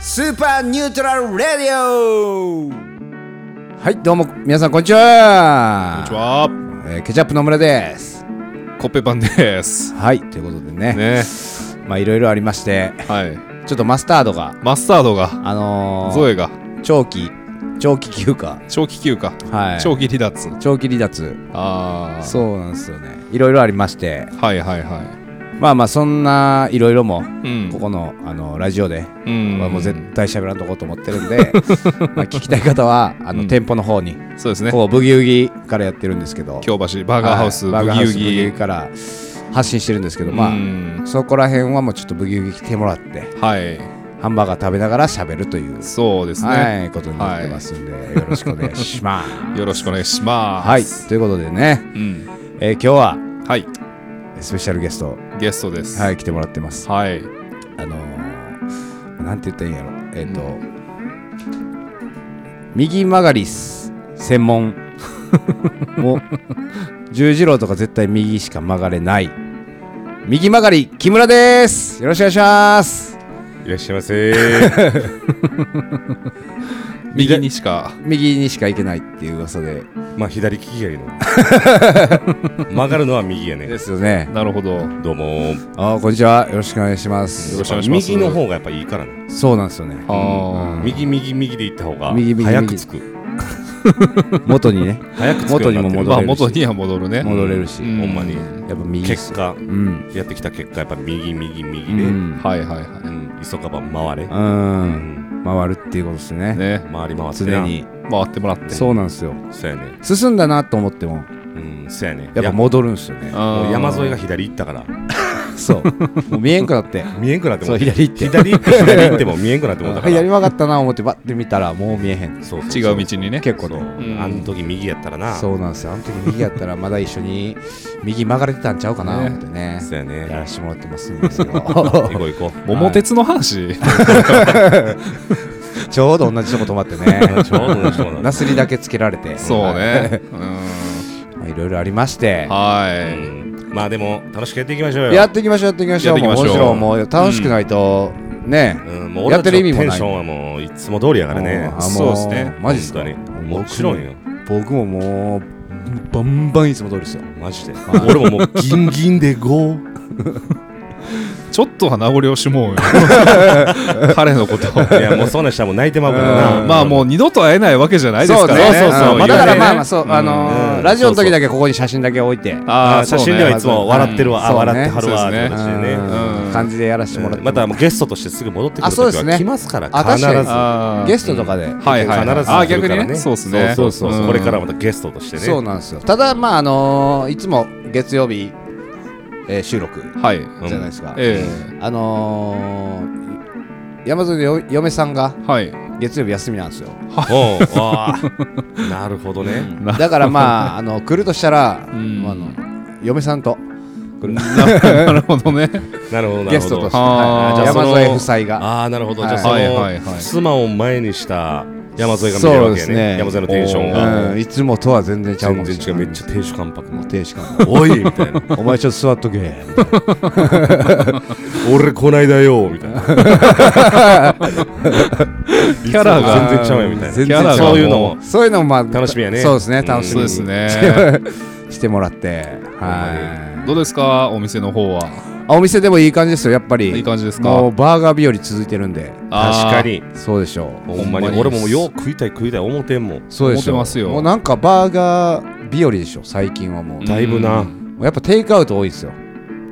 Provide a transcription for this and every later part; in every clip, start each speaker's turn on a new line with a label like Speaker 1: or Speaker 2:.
Speaker 1: ーパーニュートラルレディ
Speaker 2: はいどうも皆さんこんにちは
Speaker 3: こんにちは。
Speaker 2: えーケチャップの村です
Speaker 3: コッペパンです。
Speaker 2: はいということでね
Speaker 3: ね。
Speaker 2: まあいろいろありまして
Speaker 3: はい。
Speaker 2: ちょっとマスタードが
Speaker 3: マスタードが、
Speaker 2: あのー
Speaker 3: ゾエが、
Speaker 2: 長期長期休暇
Speaker 3: 長期休暇、
Speaker 2: はい
Speaker 3: 長期離脱。
Speaker 2: 長期離脱
Speaker 3: ああ。
Speaker 2: そうなんですよねいろいろありまして
Speaker 3: はいはいはい。
Speaker 2: まあまあそんないろいろも
Speaker 3: うん。
Speaker 2: ここのあのラジオで
Speaker 3: うん。
Speaker 2: まあもう絶対喋らんとこうと思ってるんでまあ聞きたい方はあの、
Speaker 3: うん
Speaker 2: 店舗の方に
Speaker 3: そうですね。
Speaker 2: こうブギウギからやってるんですけど
Speaker 3: 京橋、バーガーハウス、
Speaker 2: はいバーガーハウス
Speaker 3: ブギ
Speaker 2: ブギウ
Speaker 3: ウ
Speaker 2: ギ
Speaker 3: ギ。
Speaker 2: から発信してるんですけどまあ、
Speaker 3: うん
Speaker 2: そこら辺はもうちょっとブギウギ来てもらって
Speaker 3: はい。
Speaker 2: ハンバーガー食べながら喋るという、
Speaker 3: そうです
Speaker 2: は
Speaker 3: ね。
Speaker 2: い、ことになってますんで、よろしくお願いし ます。
Speaker 3: よろしくお願いします。
Speaker 2: はい、ということでね、
Speaker 3: うん。
Speaker 2: えー今日は
Speaker 3: はい。
Speaker 2: スペシャルゲスト、
Speaker 3: ゲストです。
Speaker 2: はい、来てもらってます。
Speaker 3: はい。
Speaker 2: あのー、なんて言ったらいいんやろ、えっ、と、右曲がりす専 門もう十字路とか絶対右しか曲がれない右曲がり木村です。よろしくお願いします。
Speaker 4: いらっしゃいませ ー
Speaker 3: 右にしか。
Speaker 2: 右にしか行けないっていう噂で
Speaker 4: まあ左利きやけ ど曲がるのは右やね
Speaker 2: ですよね。
Speaker 3: なるほど。
Speaker 4: どうもー
Speaker 2: あーこんにちはよろしくお願いします。
Speaker 3: よろしくお願いします
Speaker 4: 右の方がやっぱいいからね
Speaker 2: そうなんですよね。
Speaker 3: あ
Speaker 4: 右右右で行った方が
Speaker 2: 右右
Speaker 4: 早く着く
Speaker 2: 元にね
Speaker 4: 早く着く
Speaker 2: 元にも
Speaker 3: あ。
Speaker 2: 戻れ
Speaker 3: まあ、
Speaker 2: るし、
Speaker 3: 元には戻るね。
Speaker 2: 戻れるし、
Speaker 3: うん
Speaker 4: ほんまに
Speaker 2: やっぱ右っす
Speaker 4: 結果
Speaker 2: うん
Speaker 4: やってきた結果やっぱ右右右
Speaker 2: う
Speaker 4: で、
Speaker 2: ん、
Speaker 3: はいはいは
Speaker 4: うん急がば回れ、
Speaker 2: う、
Speaker 4: うんん
Speaker 2: 回るっていうことですね
Speaker 3: い。ね。
Speaker 4: 回り回って
Speaker 2: 常
Speaker 4: な
Speaker 2: に
Speaker 3: 回ってもらって。
Speaker 2: そうなんですよ
Speaker 4: そうやね
Speaker 2: 進んだなと思っても
Speaker 4: うんそうやね
Speaker 2: やっぱ
Speaker 4: や
Speaker 2: 戻るんですよね
Speaker 3: あー
Speaker 4: もう山沿いが左行ったから
Speaker 2: そう もう見えんくなって
Speaker 4: 見えんくなっても
Speaker 2: そうう左行って
Speaker 4: 左行って左行っても見えんくなってもう たか
Speaker 2: 左
Speaker 4: ら
Speaker 2: 曲がったな思ってバッて見たらもう見えへん
Speaker 4: そうそうそう
Speaker 3: 違う道にね。
Speaker 2: 結構ね
Speaker 3: うん
Speaker 4: あの時右やったらな
Speaker 2: そうなんですよあの時右やったらまだ一緒に右曲がれてたんちゃうかな
Speaker 3: ね
Speaker 2: 思ってね
Speaker 4: そうやね
Speaker 2: やらしてもらってますんですよ
Speaker 4: 行こう行こう
Speaker 3: 桃鉄の話
Speaker 2: ちょうど同じとこ止まってね
Speaker 4: ちょうど同じとこな
Speaker 2: なすりだけつけられて
Speaker 3: そうね。う
Speaker 2: まあいろいろありまして
Speaker 3: ん。は
Speaker 4: まあでも楽しくやっていきましょうよ。
Speaker 2: やっていきましょうやっていきましょう
Speaker 3: やっていきましょう
Speaker 2: もちろんもう楽しくないとね
Speaker 4: うん、もう俺たちの
Speaker 2: やってる意味もない
Speaker 4: テンションはもういつも通りやからね
Speaker 2: あ。
Speaker 3: ー
Speaker 2: も
Speaker 3: そうですね
Speaker 2: マジっすか
Speaker 4: 本当にもちろんよ。
Speaker 2: 僕ももうバンバンいつも通りですよ
Speaker 4: マジで。俺ももうギンギンで ゴー。
Speaker 3: い。ちょっとは名残惜しもうよ。彼のことを。
Speaker 4: いやもうそんな人はもう泣いてまうからな。
Speaker 3: まあもう二度と会えないわけじゃないですからね。
Speaker 2: そうそうそう、
Speaker 3: ん
Speaker 2: まあ、だからまあまあ
Speaker 3: ね
Speaker 2: そう、あのー
Speaker 4: うん
Speaker 2: ラジオの時だけここに写真だけ置いて、うん
Speaker 3: あ
Speaker 4: あ
Speaker 3: あ、
Speaker 4: ー
Speaker 3: そう
Speaker 4: 写
Speaker 3: ね
Speaker 4: 真ではいつも笑ってるわ、あ
Speaker 2: そうね
Speaker 4: 笑ってはるわって感じでね。
Speaker 3: うん
Speaker 2: 感じでやらせてもらって
Speaker 4: またもうゲストとしてすぐ戻ってく
Speaker 2: あ
Speaker 4: る
Speaker 2: そうで
Speaker 4: 時
Speaker 2: す
Speaker 4: は
Speaker 2: ね
Speaker 4: 来ますから
Speaker 2: あ
Speaker 4: 必ず
Speaker 2: 確かに
Speaker 3: あー
Speaker 2: ゲストとかで、
Speaker 3: はいはいはい。
Speaker 4: 必ず
Speaker 3: あ
Speaker 4: 来
Speaker 3: ー
Speaker 4: る
Speaker 3: 逆
Speaker 4: か
Speaker 3: に
Speaker 4: ら
Speaker 3: ね。
Speaker 4: ね
Speaker 3: そうですね。
Speaker 4: そうそうそううんこれからまたゲストとしてね
Speaker 2: そうなんですよただまああのーいつも月曜日、えー収録
Speaker 3: はい。
Speaker 2: じゃないですか、
Speaker 3: え
Speaker 2: あのー山添のよ嫁さんが
Speaker 3: え。はい。
Speaker 2: 月曜日休みなんですよ
Speaker 4: おうわあなるほどね
Speaker 2: だからまああの来るとした ら、
Speaker 3: ん
Speaker 2: まあ、あの嫁さんと
Speaker 3: なるほどね。
Speaker 4: なるほどな
Speaker 2: ゲ
Speaker 4: る
Speaker 2: ス
Speaker 4: ほ
Speaker 2: トとして、
Speaker 4: ど
Speaker 2: は
Speaker 3: あー
Speaker 2: い
Speaker 4: じゃあそ
Speaker 2: 山
Speaker 4: の
Speaker 2: 添夫妻が
Speaker 4: ああなるほどじゃあそ
Speaker 3: はいはいはい
Speaker 4: の妻を前にした山添が見れるわけ
Speaker 2: そうです
Speaker 4: や
Speaker 2: ね
Speaker 4: ね山添のテンションが
Speaker 2: うん、いつもとは全然ちゃうか
Speaker 4: 全
Speaker 2: もし
Speaker 4: 然
Speaker 2: れな
Speaker 4: 違う
Speaker 2: い
Speaker 4: めっちゃ亭主関白
Speaker 2: もう亭主か
Speaker 4: おいみたいな
Speaker 2: お前ちょっと座っとけみたいな
Speaker 4: 俺こないだよみたいな
Speaker 3: キャラが
Speaker 4: 全然ちゃうよみたいな
Speaker 2: 全
Speaker 3: 然違う
Speaker 4: そういうのも
Speaker 2: そういうのもまあ
Speaker 4: 楽しみやね
Speaker 2: そうですね
Speaker 4: うん
Speaker 2: 楽しみ
Speaker 3: そう
Speaker 2: に
Speaker 3: ですね。
Speaker 2: してもらっては
Speaker 3: どうですかお店の方は。
Speaker 2: いあお店でもいい感じですよやっぱり
Speaker 3: いい感じですか
Speaker 2: もうバーガー日和続いてるんで
Speaker 4: 確か。に
Speaker 2: そうでしょう
Speaker 4: ほんま
Speaker 3: ほんま
Speaker 4: に
Speaker 3: に
Speaker 4: 俺ももうよう食いたい食いたい思てんもん
Speaker 2: そうでしょう
Speaker 3: 思ってますよ
Speaker 2: もうなんかバーガー日和でしょ最近はもう、
Speaker 3: うん
Speaker 4: だいぶな
Speaker 2: やっぱテイクアウト多いですよ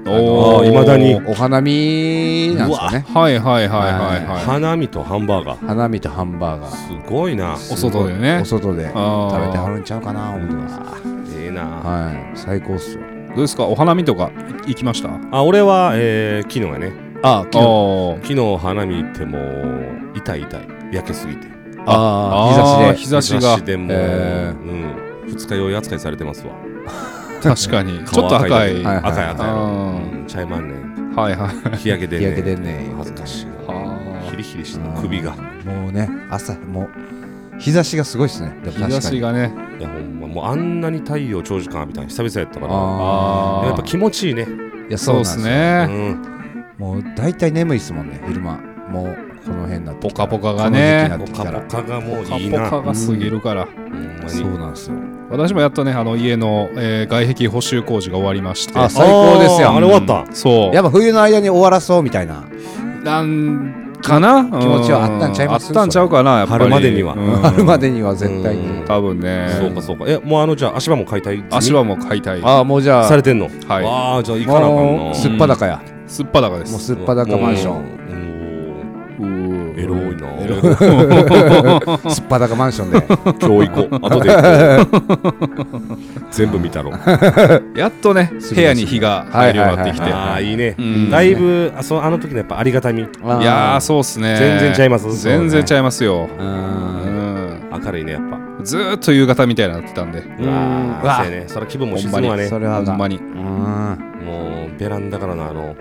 Speaker 3: あーおー。
Speaker 4: あー未だに
Speaker 2: お花見なんですよね
Speaker 3: はいはいはいはいはい。
Speaker 4: 花見とハンバーガー
Speaker 2: 花見とハンバーガー
Speaker 4: すごいな
Speaker 3: お外でね
Speaker 2: お外で食べて
Speaker 3: あー
Speaker 2: はるんちゃうかな思ってます
Speaker 4: ええな
Speaker 2: はい最高っすよ
Speaker 3: どうですかお花見とかい行きました
Speaker 4: あ俺はえー昨日やね
Speaker 2: あ昨日
Speaker 3: おー
Speaker 4: 昨日花見行ってもう痛い痛い焼けすぎて
Speaker 2: あー
Speaker 3: あー
Speaker 2: 日差しで
Speaker 3: 日差しが
Speaker 4: でもう
Speaker 2: えー
Speaker 4: うん二日酔い扱いされてますわ
Speaker 3: 確か に。ちょっと赤い。
Speaker 2: は
Speaker 4: はいい
Speaker 2: はい
Speaker 4: 赤い赤い
Speaker 3: うん
Speaker 4: うんちゃいまんねん
Speaker 3: はいはい。
Speaker 4: 日焼けで
Speaker 2: 日焼けでんね
Speaker 4: 恥ずかしいな
Speaker 3: あ
Speaker 4: ヒリヒリしてる
Speaker 2: うん
Speaker 4: 首が
Speaker 2: もうね朝もう日差しがすごいですねでも
Speaker 3: 日差しがね。
Speaker 4: いやほんまもうあんなに太陽長時間浴びたの久々やったから
Speaker 2: あ
Speaker 3: あ
Speaker 2: あ
Speaker 3: ー
Speaker 4: やっぱ気持ちいいね
Speaker 2: いや
Speaker 3: そう
Speaker 2: そう
Speaker 3: で
Speaker 2: です
Speaker 3: す
Speaker 2: ね
Speaker 4: う
Speaker 3: ね。
Speaker 4: ん
Speaker 2: もう大体眠いっすもんね昼間もうこの辺になって
Speaker 3: ポ
Speaker 2: きたら
Speaker 3: カポカがね
Speaker 2: この
Speaker 4: ポ
Speaker 2: 時期に
Speaker 4: カ
Speaker 2: なって
Speaker 4: ポ
Speaker 2: き
Speaker 4: カがもういい
Speaker 3: ポ
Speaker 4: な。
Speaker 3: カポカが過ぎるから、
Speaker 4: ほんま
Speaker 2: たら
Speaker 4: に
Speaker 2: そうなんですよ
Speaker 3: 私もやっとねあの家の、えー外壁補修工事が終わりまして
Speaker 2: あ最高ですよ
Speaker 4: あーあれ終わった。
Speaker 3: そう
Speaker 2: やっぱ冬の間に終わらそうみたいな
Speaker 3: なんかな気
Speaker 2: 持ちはあったんちゃいます
Speaker 3: あったんちゃうかなやっぱり
Speaker 4: 春までには
Speaker 3: うん
Speaker 2: あるまでには絶対
Speaker 4: う
Speaker 2: に
Speaker 4: ん
Speaker 3: 多分ね
Speaker 4: そうかそうか。え、もうあの、じゃあ足場も解体済み。
Speaker 3: 足場も解体
Speaker 2: ああもうじゃあ
Speaker 4: されてんの
Speaker 3: はい
Speaker 4: ああ、じゃあ行かなあかん
Speaker 2: も
Speaker 4: な
Speaker 2: う。すっぱだかや
Speaker 3: すっぱだかで
Speaker 2: もう
Speaker 3: す
Speaker 2: すっぱだかマンション
Speaker 4: ン。
Speaker 3: うん
Speaker 4: エロいな
Speaker 3: エロい
Speaker 2: すっぱだかマンションで
Speaker 4: 今日行こう。後で行こう。 全部見たろ。
Speaker 3: やっとね
Speaker 2: す
Speaker 3: 部屋に火が入るようになってきて
Speaker 4: ああ、いいね
Speaker 3: う。ん
Speaker 4: だいぶ、あそうあの時のやっぱありがたみ。
Speaker 2: あー
Speaker 3: いやーそうっすね
Speaker 4: 全然ちゃいます
Speaker 3: 全然ちゃいますよ
Speaker 2: う
Speaker 3: うんん
Speaker 4: 明るいね、やっぱ。
Speaker 3: ずーっと夕方みたいになってたんで
Speaker 4: う
Speaker 2: うん
Speaker 4: わあ、そうやね。そら気分も沈むわね
Speaker 2: そ。れ
Speaker 3: ほ
Speaker 2: は
Speaker 3: んま
Speaker 2: な
Speaker 3: に
Speaker 2: うん
Speaker 4: もうベランダからのあの、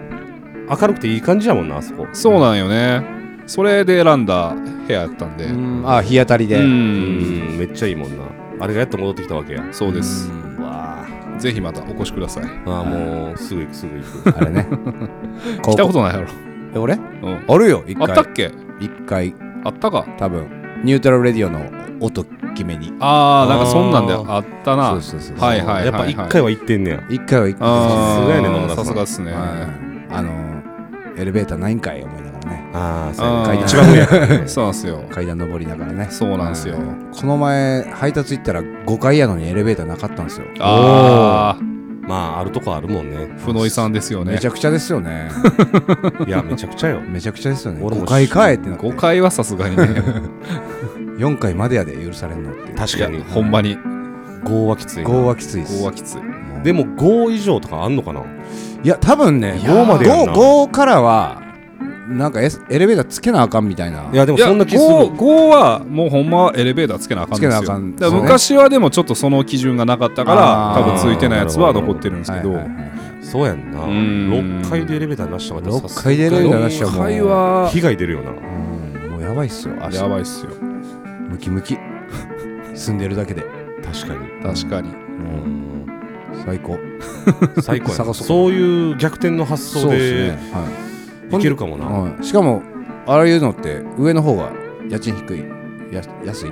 Speaker 4: 明るくていい感じやもんな、あそこ。
Speaker 3: そうなんよねそれで選んだ部屋やったんで
Speaker 2: う
Speaker 3: う
Speaker 2: んあー日当たりで
Speaker 3: ん
Speaker 4: ん、めっちゃいいもんな。あれがやっと戻ってきたわけや。
Speaker 3: そうです
Speaker 4: わあ。
Speaker 3: ぜひまたお越しください
Speaker 4: ああ、もう、すぐ行く、すぐ行く。
Speaker 2: あれ ね
Speaker 3: 来
Speaker 2: 来
Speaker 3: たことないやろ
Speaker 2: 俺
Speaker 3: うん
Speaker 2: あるよ一
Speaker 3: あっ
Speaker 2: 回
Speaker 3: たっけ
Speaker 2: 一回
Speaker 3: あったか
Speaker 2: 多分ニュートラルレディオの音決めに
Speaker 3: あ
Speaker 4: あ
Speaker 3: あ
Speaker 4: ー
Speaker 3: なんかそんなんであったな
Speaker 2: そうそうそうそう
Speaker 3: はいはいはい
Speaker 4: やっぱ一回は行ってんねや。
Speaker 2: 一回は一回
Speaker 3: あー
Speaker 4: さすがやね野村さ
Speaker 3: さ
Speaker 4: ん
Speaker 3: すがっすね
Speaker 2: はいあのーエレベーターないんかい思いながらね
Speaker 4: ああ、そう
Speaker 3: あ
Speaker 4: や
Speaker 3: ー
Speaker 4: ね。一番上や からね。
Speaker 3: そうなんすよ
Speaker 2: 階段登りながらね
Speaker 3: そうなんすよ
Speaker 2: うんこの前配達行ったら5階やのにエレベーターなかったんですよ
Speaker 3: ああ
Speaker 4: まあ、あるとこあるもんね。
Speaker 3: ふのいさんですよね
Speaker 2: めちゃくちゃですよ ね
Speaker 4: いや、めちゃくちゃよ。
Speaker 2: めちゃくちゃですよね
Speaker 4: 俺も
Speaker 2: 5階かえってなって
Speaker 3: 5回はさすがにね
Speaker 2: 4階までやで許されんのっていう
Speaker 4: 確かに。
Speaker 3: ほんまに
Speaker 4: 5はきついな。
Speaker 2: 5はきついです
Speaker 3: 5はきつい
Speaker 2: もう
Speaker 4: でも5以上とかあんのかない
Speaker 2: や多分ね
Speaker 4: いやーまでやんな
Speaker 2: 5からはなんかエスエレベーターつけなあかんみたいない
Speaker 4: や、でも
Speaker 3: いや
Speaker 4: そんな気する。
Speaker 3: 5, はもうほんまはエレベーターつけなあかんですよ
Speaker 2: つけなあかん
Speaker 3: だから昔はでもちょっとその基準がなかったから
Speaker 2: あー
Speaker 3: 多分ついてないやつは残ってるんです
Speaker 2: は
Speaker 3: け
Speaker 2: い
Speaker 3: ど、
Speaker 2: はいはい
Speaker 4: そうやんな。
Speaker 3: うん
Speaker 4: 6階でエレベーターなしとかやったら
Speaker 2: 6階でエレベーターなしは
Speaker 3: 5
Speaker 2: もう
Speaker 3: 回は
Speaker 4: 被害出るよな。
Speaker 2: うんもうやばいっすよ足
Speaker 3: やばいっすよ
Speaker 2: ムキム キ住んでるだけで
Speaker 4: 確かに。
Speaker 3: 確かに
Speaker 4: うん
Speaker 2: 最高
Speaker 4: 最高や
Speaker 2: 探
Speaker 4: な。
Speaker 2: そう
Speaker 4: そういう逆転の発想で
Speaker 2: ね、はい
Speaker 4: けるかも
Speaker 2: い
Speaker 4: な。
Speaker 2: はい、しかもああいうのって上の方が家賃低いや安い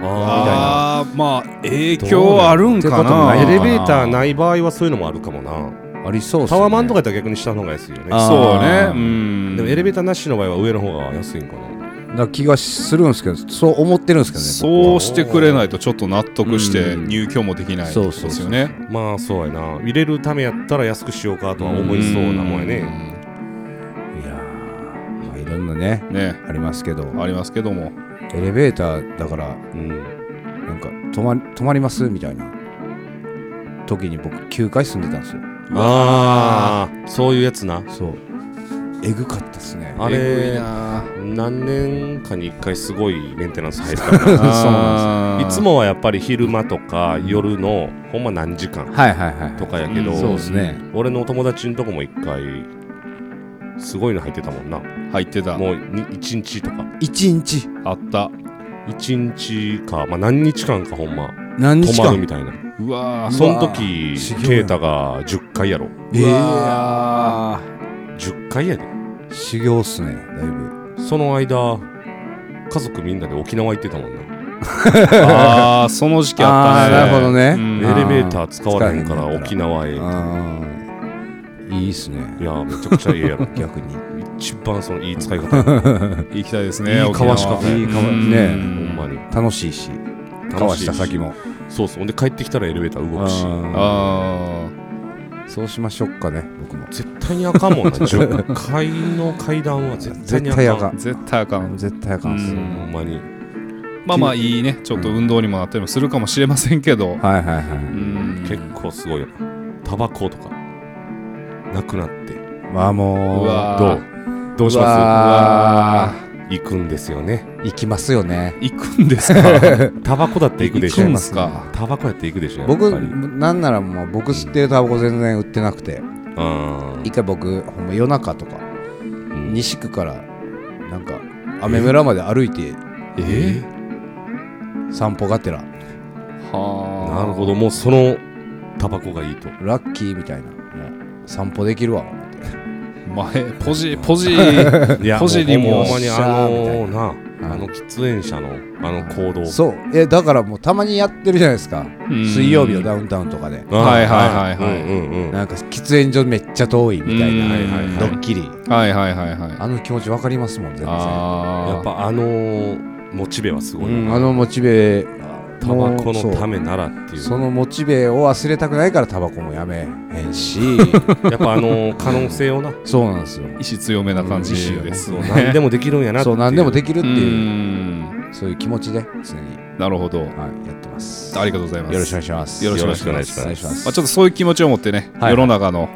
Speaker 4: あ
Speaker 3: ああまあ影響あるんか
Speaker 2: どうなん
Speaker 3: な
Speaker 2: あ
Speaker 4: あ
Speaker 2: ー
Speaker 4: エレベーターない場合はそういうのもあるかもな。
Speaker 2: ありそうっす
Speaker 4: タ
Speaker 2: よね
Speaker 4: ワマンとかやったら逆に下の方が安いよね。
Speaker 2: あ
Speaker 3: そう
Speaker 2: あ
Speaker 3: ね
Speaker 2: ー
Speaker 3: うん
Speaker 4: でもエレベーターなしの場合は上の方が安いんかな。
Speaker 2: な気がするんですけどそう思ってるんですけどね
Speaker 3: そうしてくれないとちょっと納得して
Speaker 2: うん
Speaker 3: 入居もできないってことですよね。
Speaker 4: まあそうやな。入れるためやったら安くしようかとは思いそうなもんやね。
Speaker 3: ね。
Speaker 2: 僕はいやーまあいろんなね
Speaker 3: ね
Speaker 2: ありますけど
Speaker 3: ありますけども。
Speaker 2: エレベーターだから
Speaker 4: うん。
Speaker 2: なんか止ま止まりますみたいな時に僕9階住んでたんですよ
Speaker 4: ああ、そういうやつな。
Speaker 2: そうえぐかったっすね
Speaker 4: あ
Speaker 3: えぐい
Speaker 4: れ、
Speaker 3: な
Speaker 4: 何年かに一回すごいメンテナンス入った か
Speaker 3: あ
Speaker 4: ら。いつもはやっぱり昼間とか夜のほんま何時間
Speaker 2: はいはいはい
Speaker 4: とかやけど、
Speaker 3: うん
Speaker 2: そうですね
Speaker 4: 俺のお友達のとこも一回すごいの入ってたもんな。
Speaker 3: 入ってた。
Speaker 4: もうに一日とか。
Speaker 2: 1日
Speaker 3: あった。
Speaker 4: 一日か、まあ、何日間かほんま
Speaker 2: 何日
Speaker 4: 泊まる
Speaker 2: 間
Speaker 4: みたいな
Speaker 3: うわー
Speaker 4: その時
Speaker 2: 修行や
Speaker 4: 啓太が10回やろ
Speaker 2: え
Speaker 3: う
Speaker 2: ー
Speaker 3: わ
Speaker 4: 10回やで
Speaker 2: 修行っすねだいぶ
Speaker 4: その間家族みんなで沖縄行ってたもんな
Speaker 3: ーあーその時期あったね。
Speaker 2: あーなるほどね
Speaker 3: うん
Speaker 2: あー
Speaker 4: エレベーター使われへんから
Speaker 2: 使われへんから
Speaker 4: 沖縄へいや
Speaker 2: あーいいっすね
Speaker 4: ーめちゃくちゃええやろ
Speaker 2: 逆に
Speaker 4: 一番そのいい使い方やほ
Speaker 3: 行きたいですね。
Speaker 4: いい川しか
Speaker 3: 沖縄
Speaker 2: いい川
Speaker 3: うん
Speaker 2: ね
Speaker 4: んまに
Speaker 2: 楽しいし
Speaker 4: 楽しいし
Speaker 2: も
Speaker 4: そうそうほんで帰ってきたらエレベーター動くし
Speaker 3: あ
Speaker 2: そうしましょうかね僕も
Speaker 4: 絶対にあかんもんな10階の階段は絶対にあ
Speaker 2: 絶対あか
Speaker 4: かん
Speaker 2: ん
Speaker 3: あ絶対あかん。
Speaker 2: 絶対あかんっす
Speaker 3: う
Speaker 4: ほ
Speaker 3: ん
Speaker 4: んまに
Speaker 3: まあまあいいね。ちょっと運動にもなったりもするかもしれませんけど。
Speaker 2: はいはいはい
Speaker 3: うん
Speaker 4: 結構すごいよなタバコとかなくなって
Speaker 2: まあも
Speaker 3: うわー
Speaker 4: どうどうし
Speaker 2: うわ
Speaker 4: ます行くんですよね。
Speaker 2: 行きますよね
Speaker 3: 行く んですか
Speaker 4: タバコだって行くでしょ。
Speaker 3: 行くんすか
Speaker 4: タバコやって行くでしょ。
Speaker 2: 僕
Speaker 4: やっぱり
Speaker 2: なんならもう僕吸ってるタバコ全然売ってなくて
Speaker 4: うん
Speaker 2: 一回僕ほんま夜中とか
Speaker 4: うん
Speaker 2: 西区からなんか雨村まで歩いて
Speaker 3: え
Speaker 2: 散歩がてら
Speaker 3: はあ
Speaker 4: なるほど、もうそのタバコがいいと。
Speaker 2: ラッキーみたいなもう散歩できるわ思って
Speaker 3: 前ポジポ ジ
Speaker 4: いや
Speaker 3: ポジにも
Speaker 4: ほんまに
Speaker 2: よっ
Speaker 4: あ
Speaker 2: しゃー
Speaker 4: のな
Speaker 2: な
Speaker 4: あの喫煙者のあの行動
Speaker 2: そうえだからもうたまにやってるじゃないですか
Speaker 3: ん
Speaker 2: 水曜日のダウンタウンとかで
Speaker 4: あー
Speaker 3: はいはいはいはい
Speaker 4: うんうんうん
Speaker 2: なんか喫煙所めっちゃ遠いみたい
Speaker 3: うん
Speaker 2: な
Speaker 3: はいはいはい
Speaker 2: ドッキリ
Speaker 3: はいはいはいはい
Speaker 2: あの気持ちわかりますもん全然あ,、
Speaker 4: や
Speaker 3: あ
Speaker 4: っぱあのーモチベはす
Speaker 2: う
Speaker 4: ごい
Speaker 2: ん、
Speaker 4: な
Speaker 2: あのモチベ
Speaker 4: タバ
Speaker 2: も
Speaker 4: コの
Speaker 2: う
Speaker 4: ためならってい
Speaker 2: そうそのモチベを忘れたくないからタバコもやめへん し
Speaker 4: やっぱあのー可能性をな
Speaker 2: そうなんですよ
Speaker 3: ー意志強めな感じです
Speaker 4: そう
Speaker 3: よ
Speaker 4: 何
Speaker 3: ね
Speaker 4: でもできるんやなって
Speaker 2: そ
Speaker 4: い
Speaker 2: うう何でもできるっ
Speaker 3: う
Speaker 2: ていう、
Speaker 3: ん
Speaker 2: そういう気持ちで常に、
Speaker 3: なるほど
Speaker 2: はい、やってます
Speaker 3: ありがとうございます
Speaker 2: よろしくお願いします
Speaker 3: よろしくお願いします
Speaker 2: お願いします
Speaker 3: まあ、ちょっとそういう気持ちを持ってね、
Speaker 2: はい
Speaker 3: 世の中の、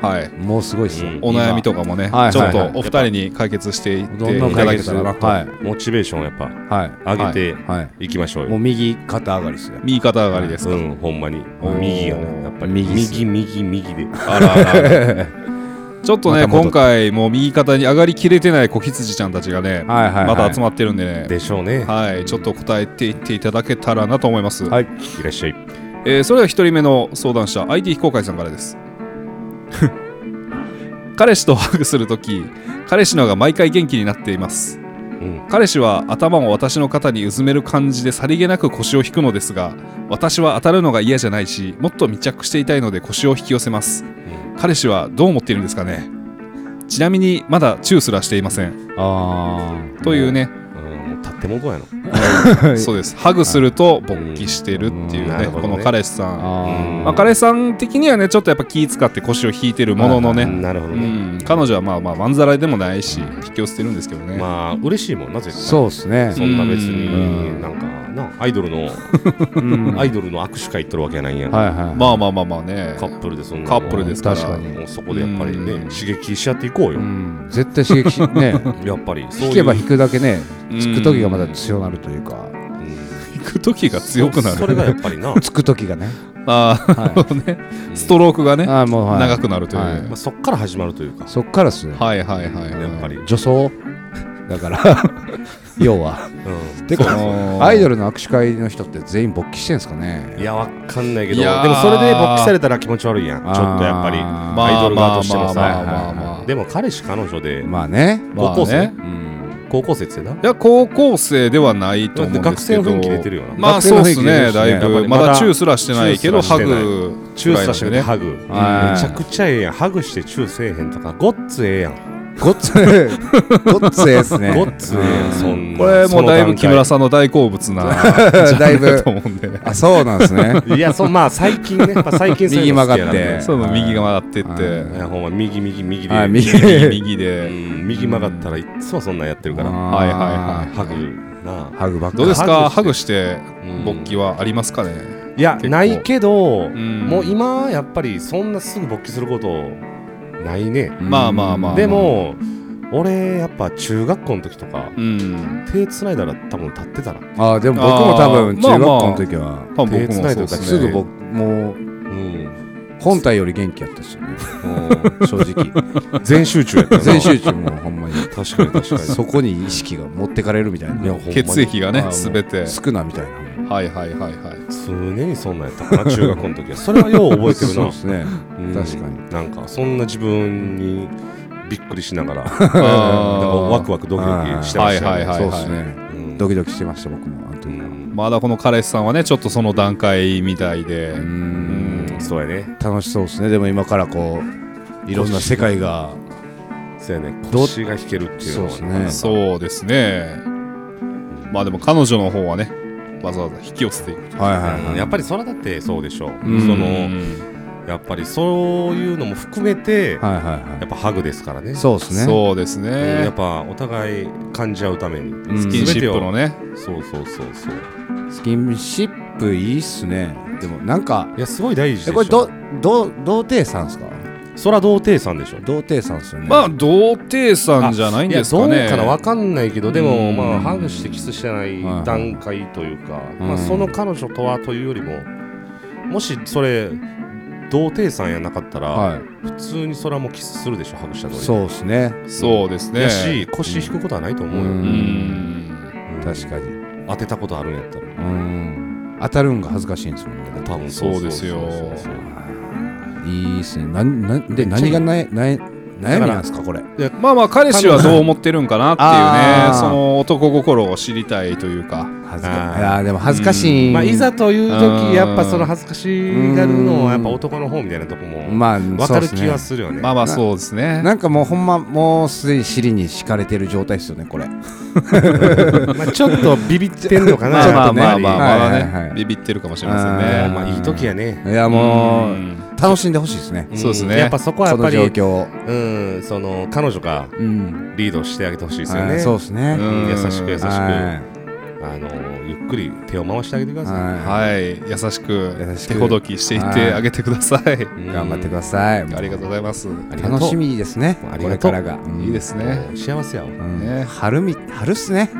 Speaker 3: はい、
Speaker 2: もうすごいっすよ、
Speaker 4: うん
Speaker 3: お悩みとかもね、
Speaker 2: はい
Speaker 3: ちょっ
Speaker 2: はい
Speaker 3: と
Speaker 2: はい
Speaker 3: お二人に解決していってい
Speaker 2: どんどん
Speaker 3: ただ
Speaker 2: 解
Speaker 3: け
Speaker 2: 決
Speaker 3: た
Speaker 2: だな
Speaker 3: らな
Speaker 2: と
Speaker 3: と、
Speaker 2: はい
Speaker 4: モチベーションをやっぱ
Speaker 2: はい
Speaker 4: 上げて
Speaker 2: はい
Speaker 4: いきましょう
Speaker 2: も
Speaker 4: よ
Speaker 2: う右肩上がりっすね
Speaker 3: 右肩上がりですか、
Speaker 4: うんほんまに
Speaker 3: おー
Speaker 4: 右やなやっぱり
Speaker 2: 右っす
Speaker 4: 右右右 で
Speaker 3: あらあらあらちょっとね、
Speaker 2: また戻っ
Speaker 3: 今回、もう右肩に上がりきれてない子羊ちゃんたちがね、
Speaker 2: はいはいはい
Speaker 3: また集まってるんでね。
Speaker 4: でしょうね
Speaker 3: はい、ちょっと答えていっていただけたらなと思います、
Speaker 2: はい
Speaker 4: いらっしゃい
Speaker 3: えーそれでは1人目の相談者 IT 非公開さんからです 彼氏とハグするとき彼氏の方が毎回元気になっています
Speaker 4: うん
Speaker 3: 彼氏は頭を私の肩にうずめる感じでさりげなく腰を引くのですが私は当たるのが嫌じゃないしもっと密着していたいので腰を引き寄せます、彼氏はどう思っているんですかねちなみにまだチューすらしていません
Speaker 2: ああ
Speaker 3: というね、
Speaker 4: うんもう立ってもどうやの
Speaker 2: ん
Speaker 3: そうですハグすると勃起してるっていう
Speaker 4: うんな
Speaker 3: ね,、
Speaker 4: るほどね
Speaker 3: この彼氏さん
Speaker 2: あ
Speaker 4: うん
Speaker 3: まあ、彼氏さん的にはねちょっとやっぱ気使って腰を引いてるもののね、
Speaker 4: うんなるほど
Speaker 3: う
Speaker 4: ね
Speaker 3: ん、彼女はまあまあまんざらいでもないし引き寄せてるんですけどね、
Speaker 4: まあ嬉しいもんな絶
Speaker 2: ー
Speaker 4: 対
Speaker 2: そうですね
Speaker 4: そんな別
Speaker 2: うん
Speaker 4: になんかなアイドル の
Speaker 2: うん
Speaker 4: アイドルの握手会行っとるわけやないんやん
Speaker 2: はいはい
Speaker 3: まあまあまあまあね
Speaker 4: カップルでそんな
Speaker 3: カップルですから
Speaker 2: 確かに
Speaker 4: もうそこでやっぱりね
Speaker 3: うん
Speaker 4: 刺激し合っていこう
Speaker 2: う
Speaker 4: よ
Speaker 2: ん絶対刺激 しね
Speaker 4: やっぱりそうい
Speaker 2: 引
Speaker 4: う
Speaker 2: けば引くだけねつく時がまた
Speaker 3: うん
Speaker 2: 強なるという か
Speaker 4: うん
Speaker 3: 引く時が強くな
Speaker 4: そそれ
Speaker 3: る
Speaker 4: がやっぱ りな
Speaker 2: つく時がね
Speaker 3: ああなるほどねストロークがね
Speaker 2: あーもうはい
Speaker 3: 長くなるという、
Speaker 2: はい
Speaker 3: はい
Speaker 4: まあ、そっから始まるというか
Speaker 2: そっからっすね
Speaker 3: はいはいはい
Speaker 4: やっぱり、うん、
Speaker 2: 女装だから 要はて
Speaker 3: そ
Speaker 2: か
Speaker 3: の
Speaker 2: アイドルの握手会の人って全員勃起してんすかね
Speaker 4: いやわかんないけ
Speaker 3: い
Speaker 4: どで
Speaker 3: やー
Speaker 4: もそれで勃起されたら気持ち悪いやんちょ
Speaker 2: あー
Speaker 4: っとやっぱり
Speaker 2: ま
Speaker 3: まあ
Speaker 4: アイドル側としてもさ
Speaker 3: まあまあまあまあ、
Speaker 4: でも彼氏彼女で
Speaker 2: まあね
Speaker 3: まあ
Speaker 4: 高校生
Speaker 3: ね
Speaker 2: うん
Speaker 4: 高校生ってない
Speaker 3: や高校生ではないと思うんで
Speaker 4: 学
Speaker 3: すけ
Speaker 4: 生
Speaker 3: ど
Speaker 4: の雰囲気出てるよな、
Speaker 3: まあそうですね
Speaker 2: 学生の雰囲気出てるしね
Speaker 3: だい
Speaker 4: やっぱ
Speaker 3: ぶ
Speaker 4: り
Speaker 3: ま
Speaker 4: ま
Speaker 3: だ
Speaker 4: だ
Speaker 3: チューすらしてないけど
Speaker 4: チュ
Speaker 3: ハ
Speaker 4: ーすらしてない
Speaker 3: グ
Speaker 4: チューさせて
Speaker 3: ね
Speaker 4: ハグめちゃくちゃええやんハグしてチューせえへんとかごっつええやん
Speaker 2: ごっつ ごっつええっすね
Speaker 4: ごっつええやんそんな
Speaker 3: これもうだいぶ木村
Speaker 4: さ
Speaker 3: さんの大好物な
Speaker 2: だいぶ
Speaker 3: と思うんでね
Speaker 2: あそうなんですね
Speaker 4: んいやそうまあ最近ね、まあ、最近そういうの好きやな
Speaker 2: 右曲がって
Speaker 3: その右が曲がってっ
Speaker 4: い
Speaker 3: て
Speaker 4: やほんま右右右で、
Speaker 2: はい右
Speaker 3: 右右
Speaker 4: う
Speaker 3: で
Speaker 4: ん右曲がったらいっつもそんなんやってるから
Speaker 3: はいはい
Speaker 4: ハグなあ
Speaker 2: ハグばっか
Speaker 3: どうですかハ
Speaker 4: ハ
Speaker 3: グ
Speaker 4: グ
Speaker 3: して
Speaker 4: うん
Speaker 3: 勃起はありますかね
Speaker 4: いや
Speaker 3: 結構
Speaker 4: ないけど、
Speaker 3: ん
Speaker 4: もう今やっぱりそんなすぐ勃起することないね、
Speaker 3: まあまあまあ
Speaker 4: でも俺やっぱ中学校の時とか
Speaker 3: うん
Speaker 4: 手つないだら多分立ってたら、
Speaker 2: あーでも僕も多分
Speaker 3: あー
Speaker 2: 中学校の時は、
Speaker 3: 多分
Speaker 4: 手
Speaker 3: 僕
Speaker 4: 繋
Speaker 3: もそうで
Speaker 4: いでるから
Speaker 2: す
Speaker 3: す
Speaker 2: ぐ
Speaker 3: ね
Speaker 2: 僕もう
Speaker 4: うん、
Speaker 2: 本体より元気やったっすよね正直
Speaker 4: 全集中やったよな
Speaker 2: 全集中もうほんまに
Speaker 4: 確かに確かに
Speaker 2: そこに意識が持ってかれるみたいない
Speaker 4: やほんまに
Speaker 3: 血液がね
Speaker 2: あーもう
Speaker 3: 全て
Speaker 2: 少なみたいな
Speaker 3: はいはいはい はい
Speaker 4: 常にそんなんやったかな中学校の時はそれはよう覚えてる
Speaker 2: そう
Speaker 4: な
Speaker 2: ですね
Speaker 4: うん
Speaker 2: 確かに
Speaker 4: なんかそんな自分にびっくりしながら なんかワクワクドキドキしてましたよね、
Speaker 3: はいはい
Speaker 2: そうですね
Speaker 4: うん
Speaker 2: ドキドキしてました僕もあの
Speaker 4: う
Speaker 2: 時は
Speaker 4: ん
Speaker 3: まだこの彼氏さんはねちょっとその段階みたいで
Speaker 2: う
Speaker 3: うんん
Speaker 4: そうやね
Speaker 2: 楽しそうですねでも今からこういろんな世界が
Speaker 4: そうやね
Speaker 2: ど
Speaker 4: 腰が引けるっていうの
Speaker 2: そう
Speaker 4: は
Speaker 2: っすね
Speaker 3: そうですねまあでも彼女の方はねわざわざ引き寄せていく
Speaker 2: はいはいは
Speaker 4: う
Speaker 2: い
Speaker 4: んやっぱりそれだってそうでしょう、
Speaker 2: ん
Speaker 4: そ
Speaker 3: うん
Speaker 4: のやっぱりそういうのも含めて、
Speaker 2: はいはい
Speaker 4: や
Speaker 2: は
Speaker 4: っぱハグですからね
Speaker 2: いそうですね
Speaker 3: そうです
Speaker 4: うんやっ
Speaker 3: ね
Speaker 4: ぱお互い感じ合うために、
Speaker 2: ん
Speaker 3: スキンシップのね
Speaker 4: そうそうそうそう
Speaker 2: スキンシップいいっすねでもなんか
Speaker 4: いやすごい大事でし
Speaker 2: え
Speaker 4: ょ
Speaker 2: これどど童貞さんですか
Speaker 4: そら童貞さんでしょ
Speaker 2: 童貞さんですよね
Speaker 3: まあ童貞さんじゃないんですか
Speaker 4: い
Speaker 3: ね
Speaker 4: やどうかなわかんないけどで
Speaker 3: う
Speaker 4: も
Speaker 3: ん
Speaker 4: まあハグしてキスしてない
Speaker 2: はい
Speaker 4: 段階というか、
Speaker 2: うん
Speaker 4: まあ、その彼女とはというよりももしそれ童貞さんやなかったら、
Speaker 2: は
Speaker 4: 普通にそれはもうキスするでしょハグしたの
Speaker 2: い
Speaker 4: に
Speaker 2: そうですね
Speaker 3: そうですね
Speaker 4: やし腰引くことはないと思うよ、
Speaker 2: う
Speaker 3: うんん
Speaker 4: うん
Speaker 2: 確かにう
Speaker 4: 当てたことあるんやったら
Speaker 2: ん当たるんが恥ずかしいんですもんね
Speaker 4: 多分
Speaker 3: そうですよ
Speaker 4: そうそうそうそう
Speaker 2: いいっすねなんなんで何がなえなえ悩みなんです
Speaker 4: かこれ
Speaker 3: まあまあ彼氏はどう思ってるんかなっていう
Speaker 2: あ
Speaker 3: ね
Speaker 2: ー
Speaker 3: その男心を知りたいというか
Speaker 2: 恥ず
Speaker 4: ずか
Speaker 2: かあーでも恥ずかしい、
Speaker 4: まあいざという
Speaker 3: うん
Speaker 4: 時やっぱその恥ずかしがるのはやっぱ男の方みたいなとこも
Speaker 2: まあ
Speaker 4: 分
Speaker 2: そ
Speaker 4: か
Speaker 2: うで
Speaker 4: る
Speaker 2: す
Speaker 4: 気
Speaker 2: ね
Speaker 4: はするよね
Speaker 3: まあまあそうですね
Speaker 2: なんかもうほんまもうすでに尻に敷かれてる状態ですよねこれ
Speaker 4: まあちょっとビビってんのかな
Speaker 2: ちょっ
Speaker 3: まあ
Speaker 4: やっぱね
Speaker 3: まあまあまあ
Speaker 2: は
Speaker 3: ね、
Speaker 2: いはいはい
Speaker 3: ビビってるかもしれませんね
Speaker 2: あー
Speaker 4: まあいい時やね
Speaker 2: いやもう
Speaker 3: うん
Speaker 2: 楽しんでほしいですね
Speaker 4: ん
Speaker 3: そうですね
Speaker 4: やっぱそこはや
Speaker 2: こ
Speaker 4: っぱ
Speaker 2: の
Speaker 4: り
Speaker 2: 状況を
Speaker 4: うんその彼女が
Speaker 2: うん
Speaker 4: リードしてあげてほしいですよ
Speaker 2: は
Speaker 4: ね
Speaker 2: いそうですね
Speaker 3: うん
Speaker 4: うん優しく優しく
Speaker 2: は
Speaker 4: あ
Speaker 2: い
Speaker 4: のゆっくり手を回してあげてくださ
Speaker 2: は
Speaker 3: はい優しく
Speaker 2: 優しく
Speaker 3: 手ほどきしていってあげてください
Speaker 4: い
Speaker 2: い
Speaker 4: うん
Speaker 2: 頑張ってください
Speaker 3: ありがとうございます
Speaker 4: ありがとう
Speaker 2: 楽しみですね
Speaker 4: あり
Speaker 2: これ
Speaker 4: がと
Speaker 2: か
Speaker 4: う
Speaker 2: らが
Speaker 3: いいですすね
Speaker 4: もう幸せやわ
Speaker 3: ね
Speaker 2: 春み春っすね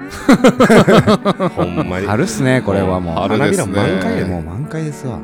Speaker 4: ほんまに
Speaker 2: 春っすねこれはもう
Speaker 3: 春ですね
Speaker 4: 花びら満開や
Speaker 2: もう満開ですわ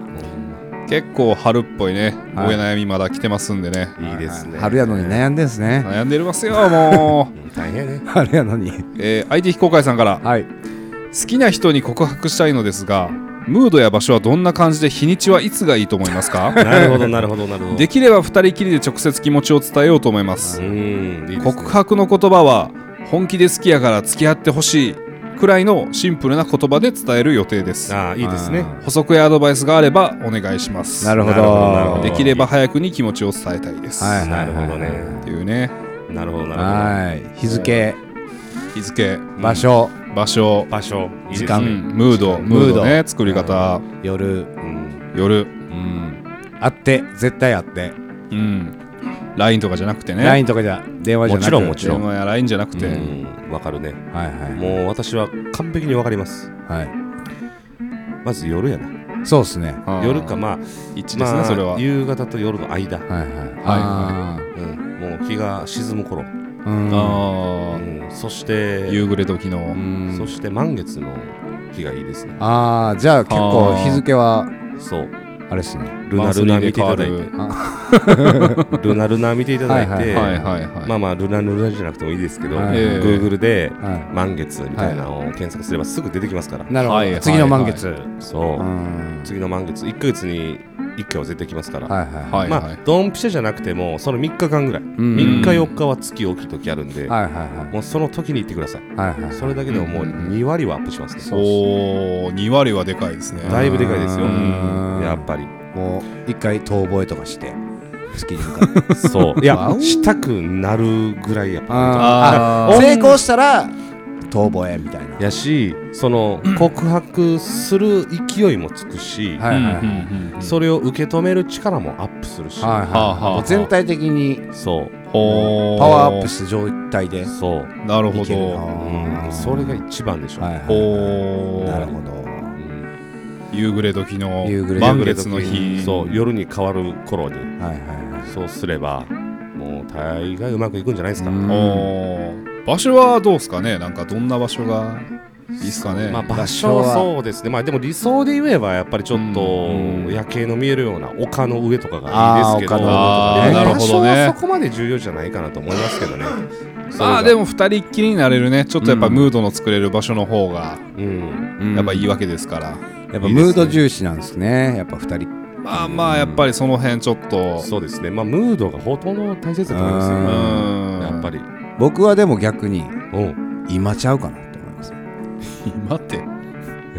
Speaker 3: 結構春っぽいねお
Speaker 2: はい
Speaker 3: 悩みまだ来てますんでね
Speaker 4: いいですね
Speaker 2: 春やのに悩んでんすね
Speaker 3: 悩んでますよ もう
Speaker 4: うん大変やね
Speaker 2: 春やのに
Speaker 3: えー IT 非公開さんから
Speaker 2: はい
Speaker 3: 好きな人に告白したいのですがムードや場所はどんな感じで日にちはいつがいいと思います か
Speaker 4: なるほどなるほどなるほど
Speaker 3: できれば2人きりで直接気持ちを伝えようと思います
Speaker 4: うんいいですね
Speaker 3: 告白の言葉は本気で好きやから付き合ってほしいくらいのシンプルな言葉で伝える予定です
Speaker 4: ああいいですね
Speaker 2: あ
Speaker 3: 補足やアドバイスがあればお願いします
Speaker 2: なるほ
Speaker 4: なるほどなるほ
Speaker 2: ど
Speaker 4: ど
Speaker 3: できれば早くに気持ちを伝えたいです、
Speaker 2: はい
Speaker 4: なるほどね
Speaker 3: っていうね
Speaker 4: なるほどなる
Speaker 2: はい日付
Speaker 3: 日付
Speaker 2: 場所
Speaker 3: 場所
Speaker 4: ほど場所いいです
Speaker 2: 時
Speaker 4: ね
Speaker 2: 間
Speaker 3: うんムードムードね作り方
Speaker 2: 夜
Speaker 4: うん
Speaker 3: 夜
Speaker 2: うんあって絶対あって
Speaker 3: うん LINE とかじゃなくてね
Speaker 2: LINE とかじゃ電話じゃなく
Speaker 4: もちろんもちろ
Speaker 3: 電話や LINE じゃなくて、
Speaker 4: うんわかるね
Speaker 2: はいはい
Speaker 4: もう私は完璧にわかります
Speaker 2: は
Speaker 4: まず夜やない
Speaker 2: そうですね
Speaker 3: あー
Speaker 4: 夜かまあ
Speaker 3: 一致ですね、
Speaker 4: ま
Speaker 3: それ
Speaker 4: あ
Speaker 3: は
Speaker 4: 夕方と夜の間
Speaker 2: はいはい
Speaker 4: うんもう日が沈む頃
Speaker 2: あーうん
Speaker 3: あー
Speaker 4: うんそして
Speaker 3: 夕暮れ時の、
Speaker 2: うん
Speaker 4: そして満月の日がいいですね
Speaker 2: ああじゃあ結構日付は
Speaker 4: そう
Speaker 2: あれですね
Speaker 4: ルナルナ見ていただいてルナルナ見ていただい
Speaker 2: はい
Speaker 4: て
Speaker 3: はいはいはい、
Speaker 4: まあまあルナルナじゃなくてもいいですけど
Speaker 2: はい
Speaker 4: Google で
Speaker 2: は
Speaker 4: 満月みたいなのを検索すればすぐ出てきますから
Speaker 2: いなる
Speaker 3: は
Speaker 2: ほ
Speaker 3: いはい
Speaker 2: ど次の満月
Speaker 4: そううん次の満月1ヶ月に1回は絶対来ますから、
Speaker 2: はいはい
Speaker 3: はいは
Speaker 4: ま
Speaker 3: い
Speaker 4: あドンピシャじゃなくてもその3日間ぐらい、
Speaker 2: うん
Speaker 4: 3日4日は月起きる時あるんで、
Speaker 2: はいはいはい
Speaker 4: もうその時に行ってください
Speaker 2: はいはい
Speaker 4: それだけでももう2割はアップしますね、
Speaker 3: おお2割はでかいですね
Speaker 4: だいぶでかいですよ
Speaker 2: うん
Speaker 4: やっぱり
Speaker 2: もう一回遠吠えとかして好きに向かって
Speaker 4: そうい
Speaker 2: わ
Speaker 4: や
Speaker 2: お
Speaker 4: したくなるぐらいやっぱ
Speaker 2: あー
Speaker 3: あー
Speaker 2: あ成功したら遠吠えみたいな
Speaker 4: やしその告白する勢いもつくし、
Speaker 2: は
Speaker 3: う
Speaker 2: い
Speaker 3: ん
Speaker 2: は
Speaker 3: う
Speaker 2: いはい
Speaker 3: んうん
Speaker 4: それを受け止める力もアップするし、
Speaker 2: はい
Speaker 3: はあはあ
Speaker 2: はいもう全体的に
Speaker 4: そう
Speaker 3: ほー
Speaker 2: パワーアップした状態で
Speaker 4: そう、
Speaker 3: なるほ
Speaker 2: いけるな
Speaker 3: ど
Speaker 4: うん、それが一番でしょ、
Speaker 2: はいはい
Speaker 3: ほ
Speaker 2: なる
Speaker 3: ー
Speaker 2: ほど
Speaker 4: うん
Speaker 3: 夕暮れ時の
Speaker 2: 夕暮れ時
Speaker 3: 満月の日
Speaker 4: そう夜に変わる頃に
Speaker 2: はいはいはい
Speaker 4: そうすればもう大概うまくいくんじゃないですか、
Speaker 2: うん
Speaker 3: おー場所はどうですかねなんかどんな場所がいいですかね
Speaker 4: まあ、場所
Speaker 2: 場所は
Speaker 4: はそうですねまあでも理想で言えばやっぱりちょっと
Speaker 3: うん
Speaker 4: 夜景の見えるような丘の上とかがいいですけど
Speaker 2: あー丘
Speaker 3: の上とかねな
Speaker 4: でも場所
Speaker 3: るほどね
Speaker 4: はそこまで重要じゃないかなと思いますけどね
Speaker 3: まあで
Speaker 4: も、
Speaker 3: も2人っきりになれるねちょっとやっぱ
Speaker 2: うん
Speaker 3: ムードの作れる場所の方が
Speaker 4: うん、
Speaker 3: やっぱいいわけですから、
Speaker 2: やっぱムード重視なんですねやっぱ二人
Speaker 3: まあまあやっぱりその辺ちょっと
Speaker 4: そうですねまあムードがほとんど大切だと思いますよ
Speaker 2: う
Speaker 3: う
Speaker 2: ー
Speaker 3: ん
Speaker 4: やっぱり
Speaker 2: 僕はでも逆に
Speaker 4: うん
Speaker 2: 今ちゃうかなと思います
Speaker 3: 今って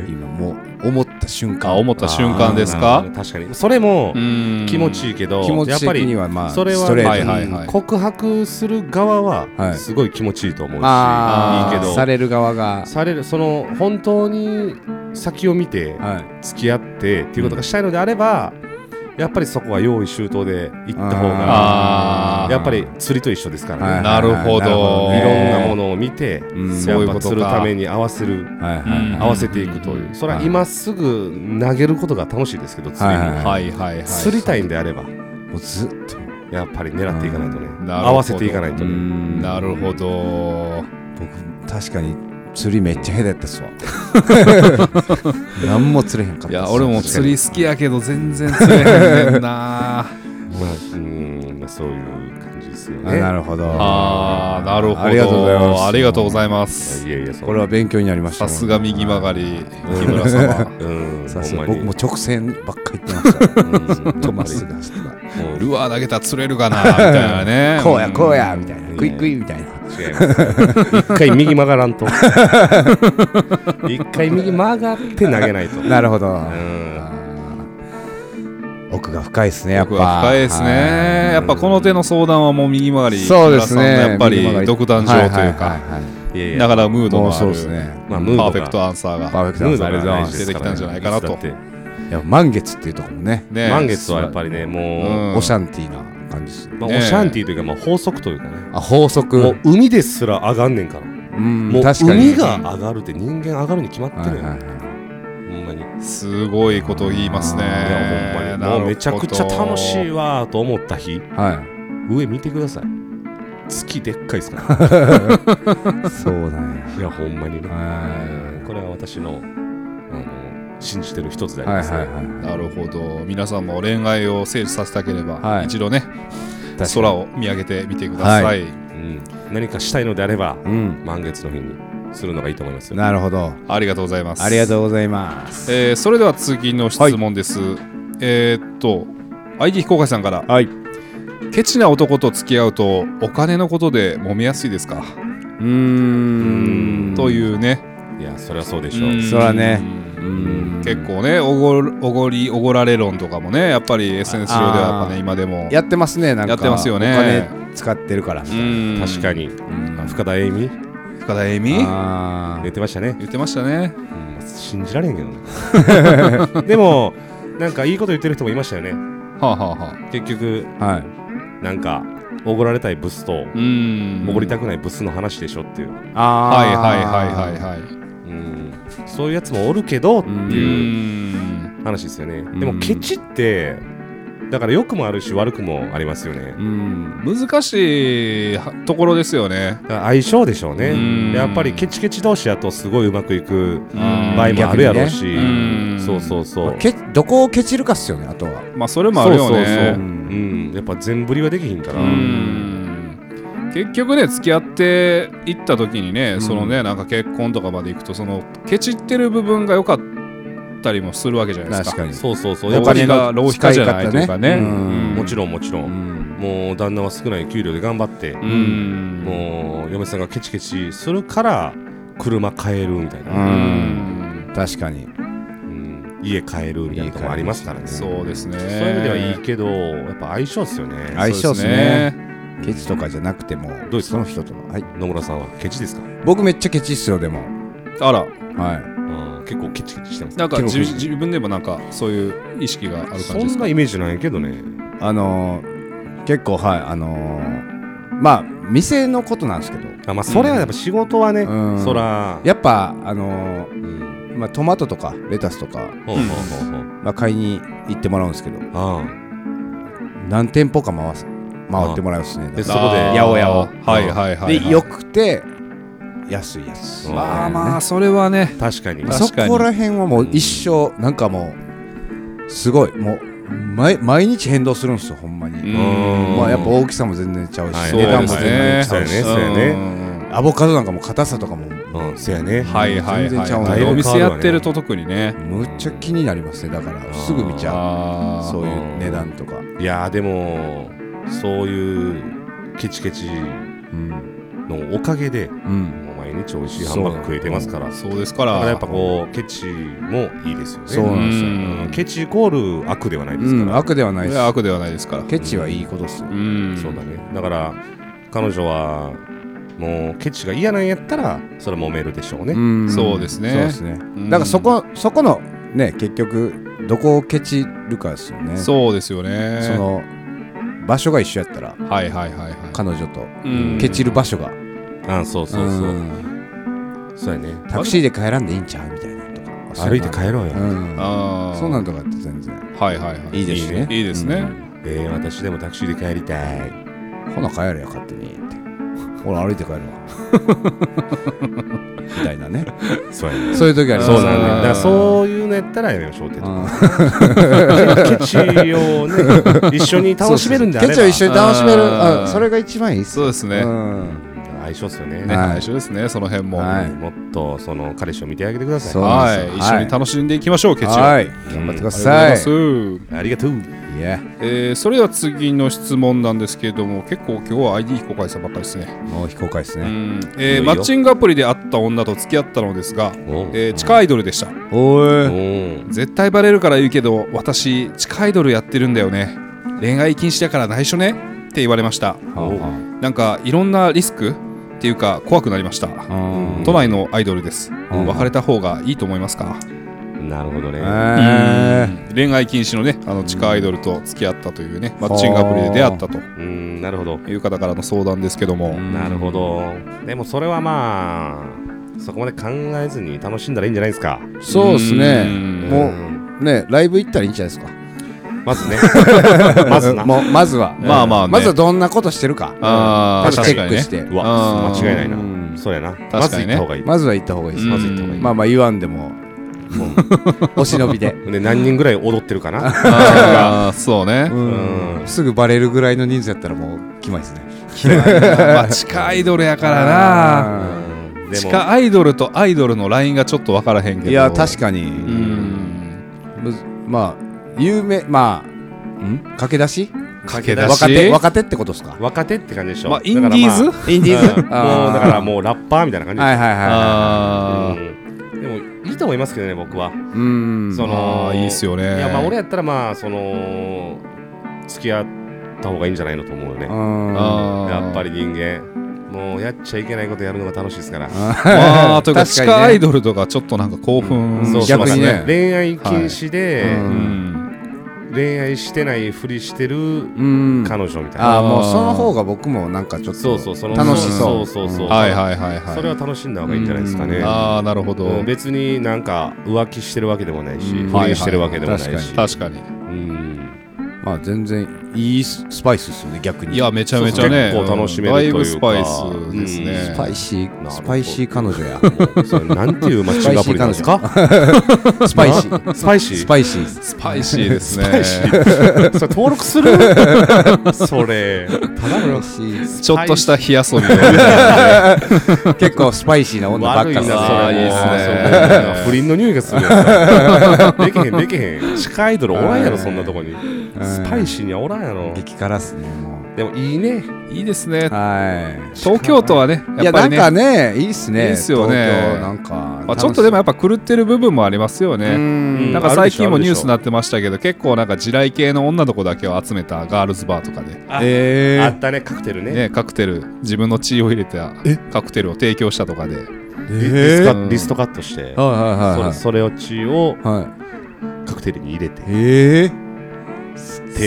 Speaker 2: 今もう思った瞬
Speaker 3: あ
Speaker 2: 間
Speaker 3: 思った瞬間ですか
Speaker 4: あー確かにそれも
Speaker 3: うん
Speaker 4: 気持ちいいけど、
Speaker 2: 気持
Speaker 4: や
Speaker 2: ち
Speaker 4: っぱ
Speaker 2: 的に
Speaker 4: り
Speaker 2: はまあス
Speaker 4: そ
Speaker 2: トレー
Speaker 4: れは
Speaker 2: トに
Speaker 3: はいはいはい
Speaker 4: 告白する側
Speaker 2: はい
Speaker 4: はすごい気持ちいいと思うし、
Speaker 2: あ
Speaker 4: いい
Speaker 2: あ
Speaker 4: けど
Speaker 2: される側が
Speaker 4: されるその本当に先を見て
Speaker 2: はい
Speaker 4: 付き合ってっていうことがしたいのであれば、やっぱりそこは用意周到で行った方
Speaker 3: あ
Speaker 4: が
Speaker 3: ー
Speaker 4: やっぱり釣りと一緒ですか
Speaker 2: はいはい
Speaker 4: らね、
Speaker 2: は
Speaker 3: なるほど
Speaker 2: い
Speaker 4: いろんな
Speaker 2: も
Speaker 4: ものを見て、
Speaker 2: うん
Speaker 3: そう
Speaker 4: や
Speaker 3: い
Speaker 4: っ
Speaker 3: うこ
Speaker 4: ぱ
Speaker 3: とか
Speaker 4: 釣るために合わせる
Speaker 2: はいはい
Speaker 3: うん
Speaker 2: は
Speaker 4: 合わせていくという、それは今すぐ投げることが楽しいですけど釣りも、
Speaker 2: はいはい
Speaker 3: はいはいはい
Speaker 4: 釣りたいんであれば
Speaker 2: いもうずっと
Speaker 4: やっぱり狙っていかないとね、
Speaker 3: んなるほど
Speaker 4: 合わせていかないとね、
Speaker 3: なるほど
Speaker 2: 僕確かに釣りめっちゃ下手やったっすわ何も釣れへんかったっ
Speaker 3: い
Speaker 2: すわ
Speaker 3: や俺も釣り好きやけど全然釣れへんねんな
Speaker 4: まあ、うーんそういう感じですですよ
Speaker 2: あ
Speaker 4: ね。
Speaker 2: なるほど
Speaker 3: ああ、なるほど。
Speaker 2: ありがとうございます
Speaker 3: ありがとうございます。
Speaker 4: いやいや、そんな
Speaker 2: これは勉強になりました
Speaker 3: さ
Speaker 2: ね
Speaker 3: すが右曲がり、木村様。
Speaker 4: うん、
Speaker 2: さすが
Speaker 4: ほ
Speaker 2: 僕
Speaker 4: んまに
Speaker 2: も直線ばっかり言ってま した
Speaker 4: うん
Speaker 2: まっすぐ走って。
Speaker 4: もうル
Speaker 3: ルアー投げたら釣れるかな、みたいなね
Speaker 2: こうやこうやみたいな
Speaker 4: うん
Speaker 2: クイクイみたいな
Speaker 4: 違います。一回右曲がらんと。一回右曲がって投げないと。
Speaker 2: なるほど
Speaker 4: うん。
Speaker 2: 奥が深いですねやっぱ
Speaker 3: 僕は深いですね、やっぱこの手の相談はもう右曲が
Speaker 2: はい
Speaker 3: り、
Speaker 2: そうですね
Speaker 3: 木村さんのやっぱり独壇場とい
Speaker 2: は
Speaker 3: うか、
Speaker 2: ははい
Speaker 4: やい
Speaker 3: だ
Speaker 4: や、
Speaker 3: からムード
Speaker 2: もう
Speaker 3: のあ
Speaker 2: そう
Speaker 3: る
Speaker 2: ですね
Speaker 4: まあ、ムー
Speaker 3: パ
Speaker 4: ド
Speaker 3: ーフェクト
Speaker 4: が。
Speaker 3: アンサー
Speaker 2: パー
Speaker 3: が
Speaker 2: フェクト
Speaker 4: ム
Speaker 2: な
Speaker 4: ー
Speaker 2: んで
Speaker 4: ド
Speaker 2: すありがとうございます
Speaker 3: 出て
Speaker 4: が大事ですから
Speaker 3: きたんじゃないかなと
Speaker 4: いつだって
Speaker 2: いや満月っていうところもね
Speaker 3: ね
Speaker 4: 満月はやっぱりね、も
Speaker 3: うん
Speaker 2: オシャンティーな感じです
Speaker 4: う、
Speaker 2: ね
Speaker 4: まあ、
Speaker 3: ね
Speaker 4: オシャンティーというか、まあ、法則というかね。
Speaker 2: あ法則
Speaker 4: もう海ですら上がんねんから。
Speaker 2: うん
Speaker 4: もう
Speaker 2: 確かに
Speaker 4: 海が上がるって人間上がるに決まって
Speaker 2: はい
Speaker 4: る
Speaker 2: はい
Speaker 4: よ。
Speaker 2: はい
Speaker 4: ほんまに。
Speaker 3: すごいこと言いますね
Speaker 4: いやほんまにもうめちゃくちゃ楽しい
Speaker 3: わ
Speaker 4: わーと思った日
Speaker 2: はい
Speaker 4: 上見てください月でっかいで すか
Speaker 2: そうなんや
Speaker 4: らいやほんまにね
Speaker 2: は
Speaker 4: これは私のあの信じてる一つで
Speaker 2: い
Speaker 4: あ
Speaker 2: は
Speaker 4: りま
Speaker 2: い
Speaker 4: す
Speaker 2: はい
Speaker 4: ね
Speaker 2: は
Speaker 3: なるほど皆さんも恋愛を成立させたければ、
Speaker 2: はい
Speaker 3: 一度ね
Speaker 2: い
Speaker 3: 空を見上げてみてくださ、
Speaker 2: はい
Speaker 4: うん何かしたいのであれば
Speaker 2: うん
Speaker 4: 満月の日にするのがいいと思いますよ
Speaker 2: なるほど
Speaker 3: ありがとうございます
Speaker 2: ありがとうございます
Speaker 3: えーそれでは次の質問です、えーっと ID 非公開さんから
Speaker 2: はい
Speaker 3: ケチな男と付き合うとお金のことで揉めやすいですか、
Speaker 2: うーん
Speaker 3: と
Speaker 2: う
Speaker 3: いうね
Speaker 4: いやそりゃそうでしょ
Speaker 3: うん
Speaker 2: そらね
Speaker 3: うん結構ねおごるおごりおごられ論とかもねやっぱり SNS 上ではやっぱ
Speaker 2: あ
Speaker 3: ね
Speaker 2: ー
Speaker 3: 今でも
Speaker 2: やってますねなんか
Speaker 3: やってますよね
Speaker 2: お金使ってるからみたいな
Speaker 3: うん
Speaker 4: 確かに
Speaker 2: うん
Speaker 4: あ深田栄美
Speaker 3: 深田恵美
Speaker 2: あ
Speaker 4: 寝てましたね
Speaker 3: 言ってましたね
Speaker 4: うん信じられんけ どねでもなんかいいこと言ってる人もいましたよね
Speaker 3: はあはあはあ
Speaker 4: 結局
Speaker 2: ーはい
Speaker 4: なんかおごられたいブスと
Speaker 3: うん
Speaker 4: おごりたくないブスの話でしょっていう、
Speaker 2: あ
Speaker 3: はい
Speaker 2: ー
Speaker 3: はいはいはいはい
Speaker 4: うん、そういうやつもおるけどって
Speaker 3: う
Speaker 4: いうん話ですよね
Speaker 2: ん
Speaker 4: でもケチってだから良くもあるし悪くもありますよね
Speaker 2: うん
Speaker 3: 難しいはところですよね
Speaker 4: だから相性でしょうね
Speaker 3: うん
Speaker 4: やっぱりケチケチ同士だとすごいうまくいく
Speaker 3: うん
Speaker 4: 場合もあるやろうし、
Speaker 3: 逆にねうん
Speaker 4: そうそうそう、
Speaker 2: けどこをケチるかっすよねあとは
Speaker 3: まあそれもあるよね
Speaker 4: そうそうそう
Speaker 2: う
Speaker 4: うんん、やっぱ全振りはできひんから、
Speaker 3: うん結局ね付き合っていった時にね、そのねなんか結婚とかまで行くとそのケチってる部分が良かったりもするわけじゃないです
Speaker 2: 確
Speaker 3: か
Speaker 2: かに
Speaker 4: そうそうそう
Speaker 3: や
Speaker 4: や
Speaker 3: っ
Speaker 4: っ
Speaker 3: ぱ
Speaker 4: ぱ
Speaker 3: り
Speaker 4: り
Speaker 3: が浪費家じゃないと
Speaker 2: 使
Speaker 3: いう
Speaker 2: い
Speaker 3: か
Speaker 2: 方
Speaker 3: ね
Speaker 2: ね
Speaker 3: う
Speaker 2: う
Speaker 4: もちろんもちろ、
Speaker 2: うんん
Speaker 4: もう旦那は少ない給料で頑張って、
Speaker 3: うん、うん
Speaker 4: もう嫁さんがケチケチするから車買えるみたいな、
Speaker 2: う
Speaker 3: うん
Speaker 2: ん確かに
Speaker 4: うん家買えるみたいなとこもありますからね
Speaker 3: そうですね
Speaker 4: そういう意味ではいいけどやっぱ相性ですよね
Speaker 2: 相性っす
Speaker 3: そう
Speaker 2: ね
Speaker 3: です
Speaker 2: ケチとかじゃなくても
Speaker 4: どうです
Speaker 2: そ
Speaker 4: か
Speaker 2: の人とのはい
Speaker 4: 野村さんはケチですか、
Speaker 2: 僕めっちゃケチっすよでも
Speaker 3: あら
Speaker 2: はい
Speaker 4: うん、結構ケチケチしてます
Speaker 3: なんか
Speaker 2: 結構
Speaker 3: 自自分でもなんかそういう意識がある感じ
Speaker 4: そ
Speaker 3: です
Speaker 4: ん
Speaker 3: か
Speaker 4: なイメージないけどね
Speaker 2: あのー結構はいあのーまあ店のことなんですけど
Speaker 4: あまあそれはやっぱ仕事はね、
Speaker 2: うん
Speaker 4: そら
Speaker 2: やっぱあの
Speaker 4: う
Speaker 2: ー
Speaker 4: ん
Speaker 2: まあトマトとかレタスとか
Speaker 4: ほうほうほうほう
Speaker 2: まあ買いに行ってもらうんですけど
Speaker 4: あ
Speaker 2: 何店舗か回す回ってもらうんですね
Speaker 4: あで
Speaker 2: だ
Speaker 4: そ
Speaker 2: か
Speaker 4: こで
Speaker 3: あー
Speaker 2: やおやお
Speaker 3: はいはい
Speaker 2: ら
Speaker 3: はい、は
Speaker 2: で
Speaker 3: い、
Speaker 2: よくて安いやつ
Speaker 4: うん
Speaker 3: まあまあそれはね
Speaker 4: あ確かに
Speaker 3: まあ
Speaker 2: そ
Speaker 3: 確かに
Speaker 2: こら辺はもう一生なんかもうすごいもう毎毎日変動するんですよほんまに、
Speaker 4: ん
Speaker 2: まあやっぱ大きさも全然ちゃうし、
Speaker 4: はい
Speaker 2: 値段も
Speaker 4: そう
Speaker 2: 全
Speaker 4: です
Speaker 2: 然ちゃ
Speaker 4: ね
Speaker 2: うし、
Speaker 4: そうやね
Speaker 3: ね
Speaker 2: アボカドなんかも硬さとかも
Speaker 4: うんせやね
Speaker 3: はいはい
Speaker 2: 全然ちゃう
Speaker 3: は
Speaker 2: ね
Speaker 3: い。お店やってると特にね。
Speaker 2: むっちゃ気になりますねだからすぐ見ちゃう
Speaker 3: あ
Speaker 2: そういう値段とか、
Speaker 4: いやーでもそういうケチケチ
Speaker 2: うん
Speaker 4: のおかげで
Speaker 2: うん、
Speaker 4: もう毎日美味しいハンバーグ食えてますからだ
Speaker 3: そうですから。
Speaker 4: からやっぱこうケチもいいですよね
Speaker 2: そうなんですよ
Speaker 4: うんケチイコール悪ではないです
Speaker 2: う
Speaker 4: か
Speaker 2: ん
Speaker 4: ら、
Speaker 2: 悪ではない
Speaker 3: い
Speaker 2: で
Speaker 3: や
Speaker 2: す
Speaker 3: 悪ではないですから。
Speaker 2: ケチはいいことっすよ、
Speaker 3: ん
Speaker 4: そうだねだから彼女はもうケチが嫌なんやったらそれは揉めるでしょうね、
Speaker 2: ん
Speaker 3: そうですね
Speaker 2: そうですね
Speaker 3: うん
Speaker 2: だからそこそこのね結局どこをケチるかですよね
Speaker 3: そうですよね。
Speaker 2: その場所が一緒やったら
Speaker 3: はいはいはいは
Speaker 2: 彼女と
Speaker 3: い。
Speaker 2: ケチる場所が、
Speaker 4: あそうそうそう、
Speaker 2: ん
Speaker 4: そうやね
Speaker 2: タクシーで帰らんでいいんちゃうみたいなとか
Speaker 4: 歩いて帰ろうよ、
Speaker 2: うん
Speaker 3: ああ。
Speaker 2: そうなんとかって全然
Speaker 3: はいはいはい。
Speaker 2: いいですしね
Speaker 3: いいですね。
Speaker 4: えー、私でもタクシーで帰りたい
Speaker 2: ほな帰れよ勝手にって俺歩いて帰るわみたいなね
Speaker 4: そうやね
Speaker 2: そういう時あり
Speaker 4: そ
Speaker 2: ま
Speaker 4: う
Speaker 2: す
Speaker 4: だ
Speaker 2: よ
Speaker 4: ね
Speaker 2: ね
Speaker 4: だからそういうのやったらやめよう商店
Speaker 2: うん
Speaker 4: ケチを ね一緒に楽しめるんだ
Speaker 2: ケチを一緒に楽しめる
Speaker 3: あー
Speaker 2: うんそれが一番いいっす
Speaker 3: そうですね。
Speaker 2: うん
Speaker 4: 相性っすよね
Speaker 3: ね、
Speaker 2: はい
Speaker 3: 一緒ですね、その辺も。
Speaker 2: はい
Speaker 4: もっとその彼氏を見てあげてくださ
Speaker 2: そう
Speaker 4: い
Speaker 2: な
Speaker 3: は
Speaker 2: ん
Speaker 3: い
Speaker 2: ですよ
Speaker 3: 一緒に楽しんでいきましょう、ケチを。
Speaker 2: はい
Speaker 3: あり
Speaker 2: 頑張ってくだ
Speaker 3: がとうござい
Speaker 2: さ
Speaker 3: ま
Speaker 2: い
Speaker 3: す。
Speaker 4: ありがとう
Speaker 2: いや
Speaker 3: えーそれでは次の質問なんですけれども、結構今日は ID 非公開さんばっかりですね。
Speaker 2: もう非公開です
Speaker 3: う
Speaker 2: ね
Speaker 3: んえー
Speaker 4: いいよ
Speaker 3: マッチングアプリで会った女と付き合ったのですが、
Speaker 4: おう
Speaker 3: えー地下アイドルでした。
Speaker 2: お
Speaker 4: お
Speaker 2: ー
Speaker 4: う
Speaker 3: 絶対バレるから言うけど私地下アイドルやってるんだよね恋愛禁止だから内緒ねって言われました
Speaker 2: はあは
Speaker 3: なんかいろんなリスクっていうか怖くなりました
Speaker 2: あうん
Speaker 3: 都内のアイドルです
Speaker 2: うん
Speaker 3: 別れた方がいいと思いますか
Speaker 4: なるほどね
Speaker 2: えー
Speaker 3: うん恋愛禁止のねあの地下アイドルと付き合ったというねマッチングアプリで出会ったと
Speaker 4: うんなるほど
Speaker 3: いう方からの相談ですけども
Speaker 2: ん
Speaker 4: なるほどでもそれはまあそこまで考えずに楽しんだらいいんじゃないですか
Speaker 2: そうですね
Speaker 3: ん
Speaker 2: も
Speaker 4: ん
Speaker 2: うねライブ行ったらいいんじゃないですか
Speaker 4: まずねまずな
Speaker 2: もうまずは
Speaker 3: まあまあね
Speaker 2: まずはどんなことしてるか
Speaker 3: あー
Speaker 2: まずチェックし
Speaker 3: 確
Speaker 2: て
Speaker 4: うわ
Speaker 3: あー
Speaker 4: 間違いない
Speaker 2: うん
Speaker 4: なそうやな
Speaker 3: かにね
Speaker 4: まず行った方がいい
Speaker 2: まずは行った方がいいです
Speaker 3: うん
Speaker 2: まず行った方がいいまあまあ言わんでも お忍びで
Speaker 4: で何人ぐらい踊ってるかな
Speaker 3: あーそうね
Speaker 2: うん
Speaker 4: うん
Speaker 2: すぐバレるぐらいの人数やったらもうキモいですね
Speaker 3: まあ地下アイドルやからな
Speaker 4: うんで
Speaker 3: 地
Speaker 4: も
Speaker 3: 下アイドルとアイドルのラインがちょっと分からへんけど
Speaker 2: いや確かに
Speaker 3: うん
Speaker 2: むずまあ有名まあん駆け出し
Speaker 3: 駆け出し
Speaker 2: 若手若手ってことですか
Speaker 4: 若手って感じでしょ
Speaker 3: まあインディーズ
Speaker 4: だからまあ
Speaker 2: インディーズ
Speaker 4: うんもうだからもうラッパーみたいな感じ
Speaker 2: はいはいはいは
Speaker 3: あー
Speaker 4: でしょうんでもいいと思いますけどね僕は
Speaker 2: いうー
Speaker 4: そ
Speaker 2: ん
Speaker 4: の
Speaker 3: あーいいっすよね
Speaker 4: いやまあ俺やったらまあその付き合った方がいいんじゃないのと思うよね
Speaker 2: うん
Speaker 3: あー
Speaker 4: やっぱり人間もうやっちゃいけないことやるのが楽しいですから
Speaker 3: まあというか
Speaker 2: 確か
Speaker 3: 地
Speaker 2: にね
Speaker 3: 下アイドルとかちょっとなんか興奮
Speaker 2: うん
Speaker 4: そう
Speaker 3: しま
Speaker 2: 逆
Speaker 3: す
Speaker 2: にね
Speaker 4: 恋愛禁止で、
Speaker 2: はいうん
Speaker 3: うん
Speaker 4: 恋愛してないふりしてる
Speaker 2: うん
Speaker 4: 彼女みたいな、
Speaker 2: ああもうその方が僕もなんかちょっ
Speaker 4: そ
Speaker 2: と
Speaker 4: うそうその
Speaker 2: 楽しそう
Speaker 4: そうそうそう、
Speaker 3: はいはいはいはい
Speaker 4: それは楽しんだ方がいいんじゃないですかね、
Speaker 2: うん
Speaker 3: ああなるほど
Speaker 4: うん別になんか浮気してるわけでもないし、
Speaker 2: うん
Speaker 4: 不倫してるわけでもないし、
Speaker 2: はいはい確
Speaker 3: 確かに
Speaker 4: うん
Speaker 2: まあ全然いいススパイスですよね逆に
Speaker 3: いやめちゃめちゃね
Speaker 4: そうそう結構楽しめる
Speaker 3: だ
Speaker 4: とい
Speaker 3: いう
Speaker 4: か
Speaker 3: ぶスパイスです
Speaker 2: スパ
Speaker 3: ね
Speaker 2: イシ
Speaker 4: ほ
Speaker 2: ー
Speaker 4: ど
Speaker 2: スパイシー彼女や
Speaker 4: それなんていうマッチングアプリなんですか
Speaker 2: スパイシー
Speaker 4: スパイシー
Speaker 2: スパイシー
Speaker 3: スパイシーですね
Speaker 4: それ登録する それ
Speaker 2: ただのスパイシー
Speaker 3: ちょっとした火遊びを
Speaker 2: 結構スパイシーな女ばっか
Speaker 4: 悪い
Speaker 2: り
Speaker 4: なそれ
Speaker 3: あーいいっすね
Speaker 4: そうそう不倫の匂いがする やつできへんできへん地下アイドルおらんやろそんなとこにスパイシーにはおらんやろ
Speaker 2: 激辛っすねもう
Speaker 4: でもいいね
Speaker 3: いいですね
Speaker 2: はい
Speaker 3: 東京都はね
Speaker 2: い
Speaker 3: や
Speaker 2: や
Speaker 3: っぱ
Speaker 2: な
Speaker 3: り
Speaker 2: ん
Speaker 3: ね
Speaker 2: かねいいっすね
Speaker 3: いいっすよね
Speaker 2: 東京なんか
Speaker 3: まあちょっとでもや
Speaker 2: やっ
Speaker 3: っぱ狂ってる部分もありますよね
Speaker 4: うん
Speaker 3: なんか最近もニュースに
Speaker 4: あ
Speaker 3: なってましたけど結構なんか地雷系の女の子だけを集めたガールズバーとかで、
Speaker 4: ぱ
Speaker 2: え
Speaker 4: あ
Speaker 2: ー
Speaker 4: ったねカクテルね
Speaker 3: ね、カクテル自分の血を入れたカクテルを提供したとかで
Speaker 4: リ
Speaker 2: え
Speaker 4: ス
Speaker 2: ー
Speaker 4: ト
Speaker 2: はい
Speaker 4: カリストカットして
Speaker 2: はい
Speaker 4: そ
Speaker 2: はいは
Speaker 4: れそれを血を
Speaker 2: いはい
Speaker 4: カクテルに入れて
Speaker 2: ええ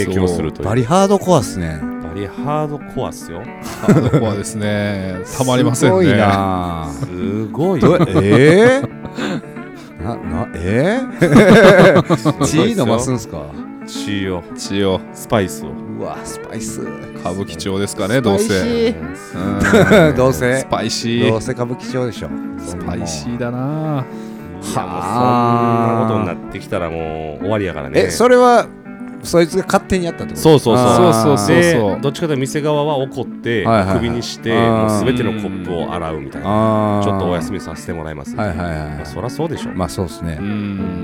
Speaker 4: 提供するという
Speaker 2: バリハードコアっすね
Speaker 4: バリハードコアっすよ
Speaker 3: ハードコアです ねたまりませんね
Speaker 2: すごいなあ
Speaker 4: すごい
Speaker 2: どうえー、ななえー、チー飲ますんすか
Speaker 4: 血を
Speaker 3: 血を
Speaker 4: スパイスを
Speaker 2: うわスパイス
Speaker 3: 歌舞伎町ですかねどうせうん
Speaker 2: どうせ
Speaker 3: スパイシ
Speaker 2: どう
Speaker 3: ー
Speaker 2: せ歌舞伎町でしょ
Speaker 3: スパイシーだなぁ
Speaker 4: はあそんなことになってきたらもう終わりやからね
Speaker 2: えそれはそいつが勝手にやったってこと
Speaker 4: そうそうそう
Speaker 2: あー
Speaker 3: そうそうそう
Speaker 4: でどっちかというと店側は怒って、
Speaker 2: はいはいはい
Speaker 4: クビにして
Speaker 2: あー
Speaker 4: もう全てのコップを洗うみたいな
Speaker 2: あー
Speaker 4: ちょっとお休みさせてもらいます、
Speaker 2: はいはい
Speaker 4: まあ
Speaker 2: は
Speaker 4: そりゃそうでしょ、
Speaker 2: いまあそうですね、
Speaker 3: うん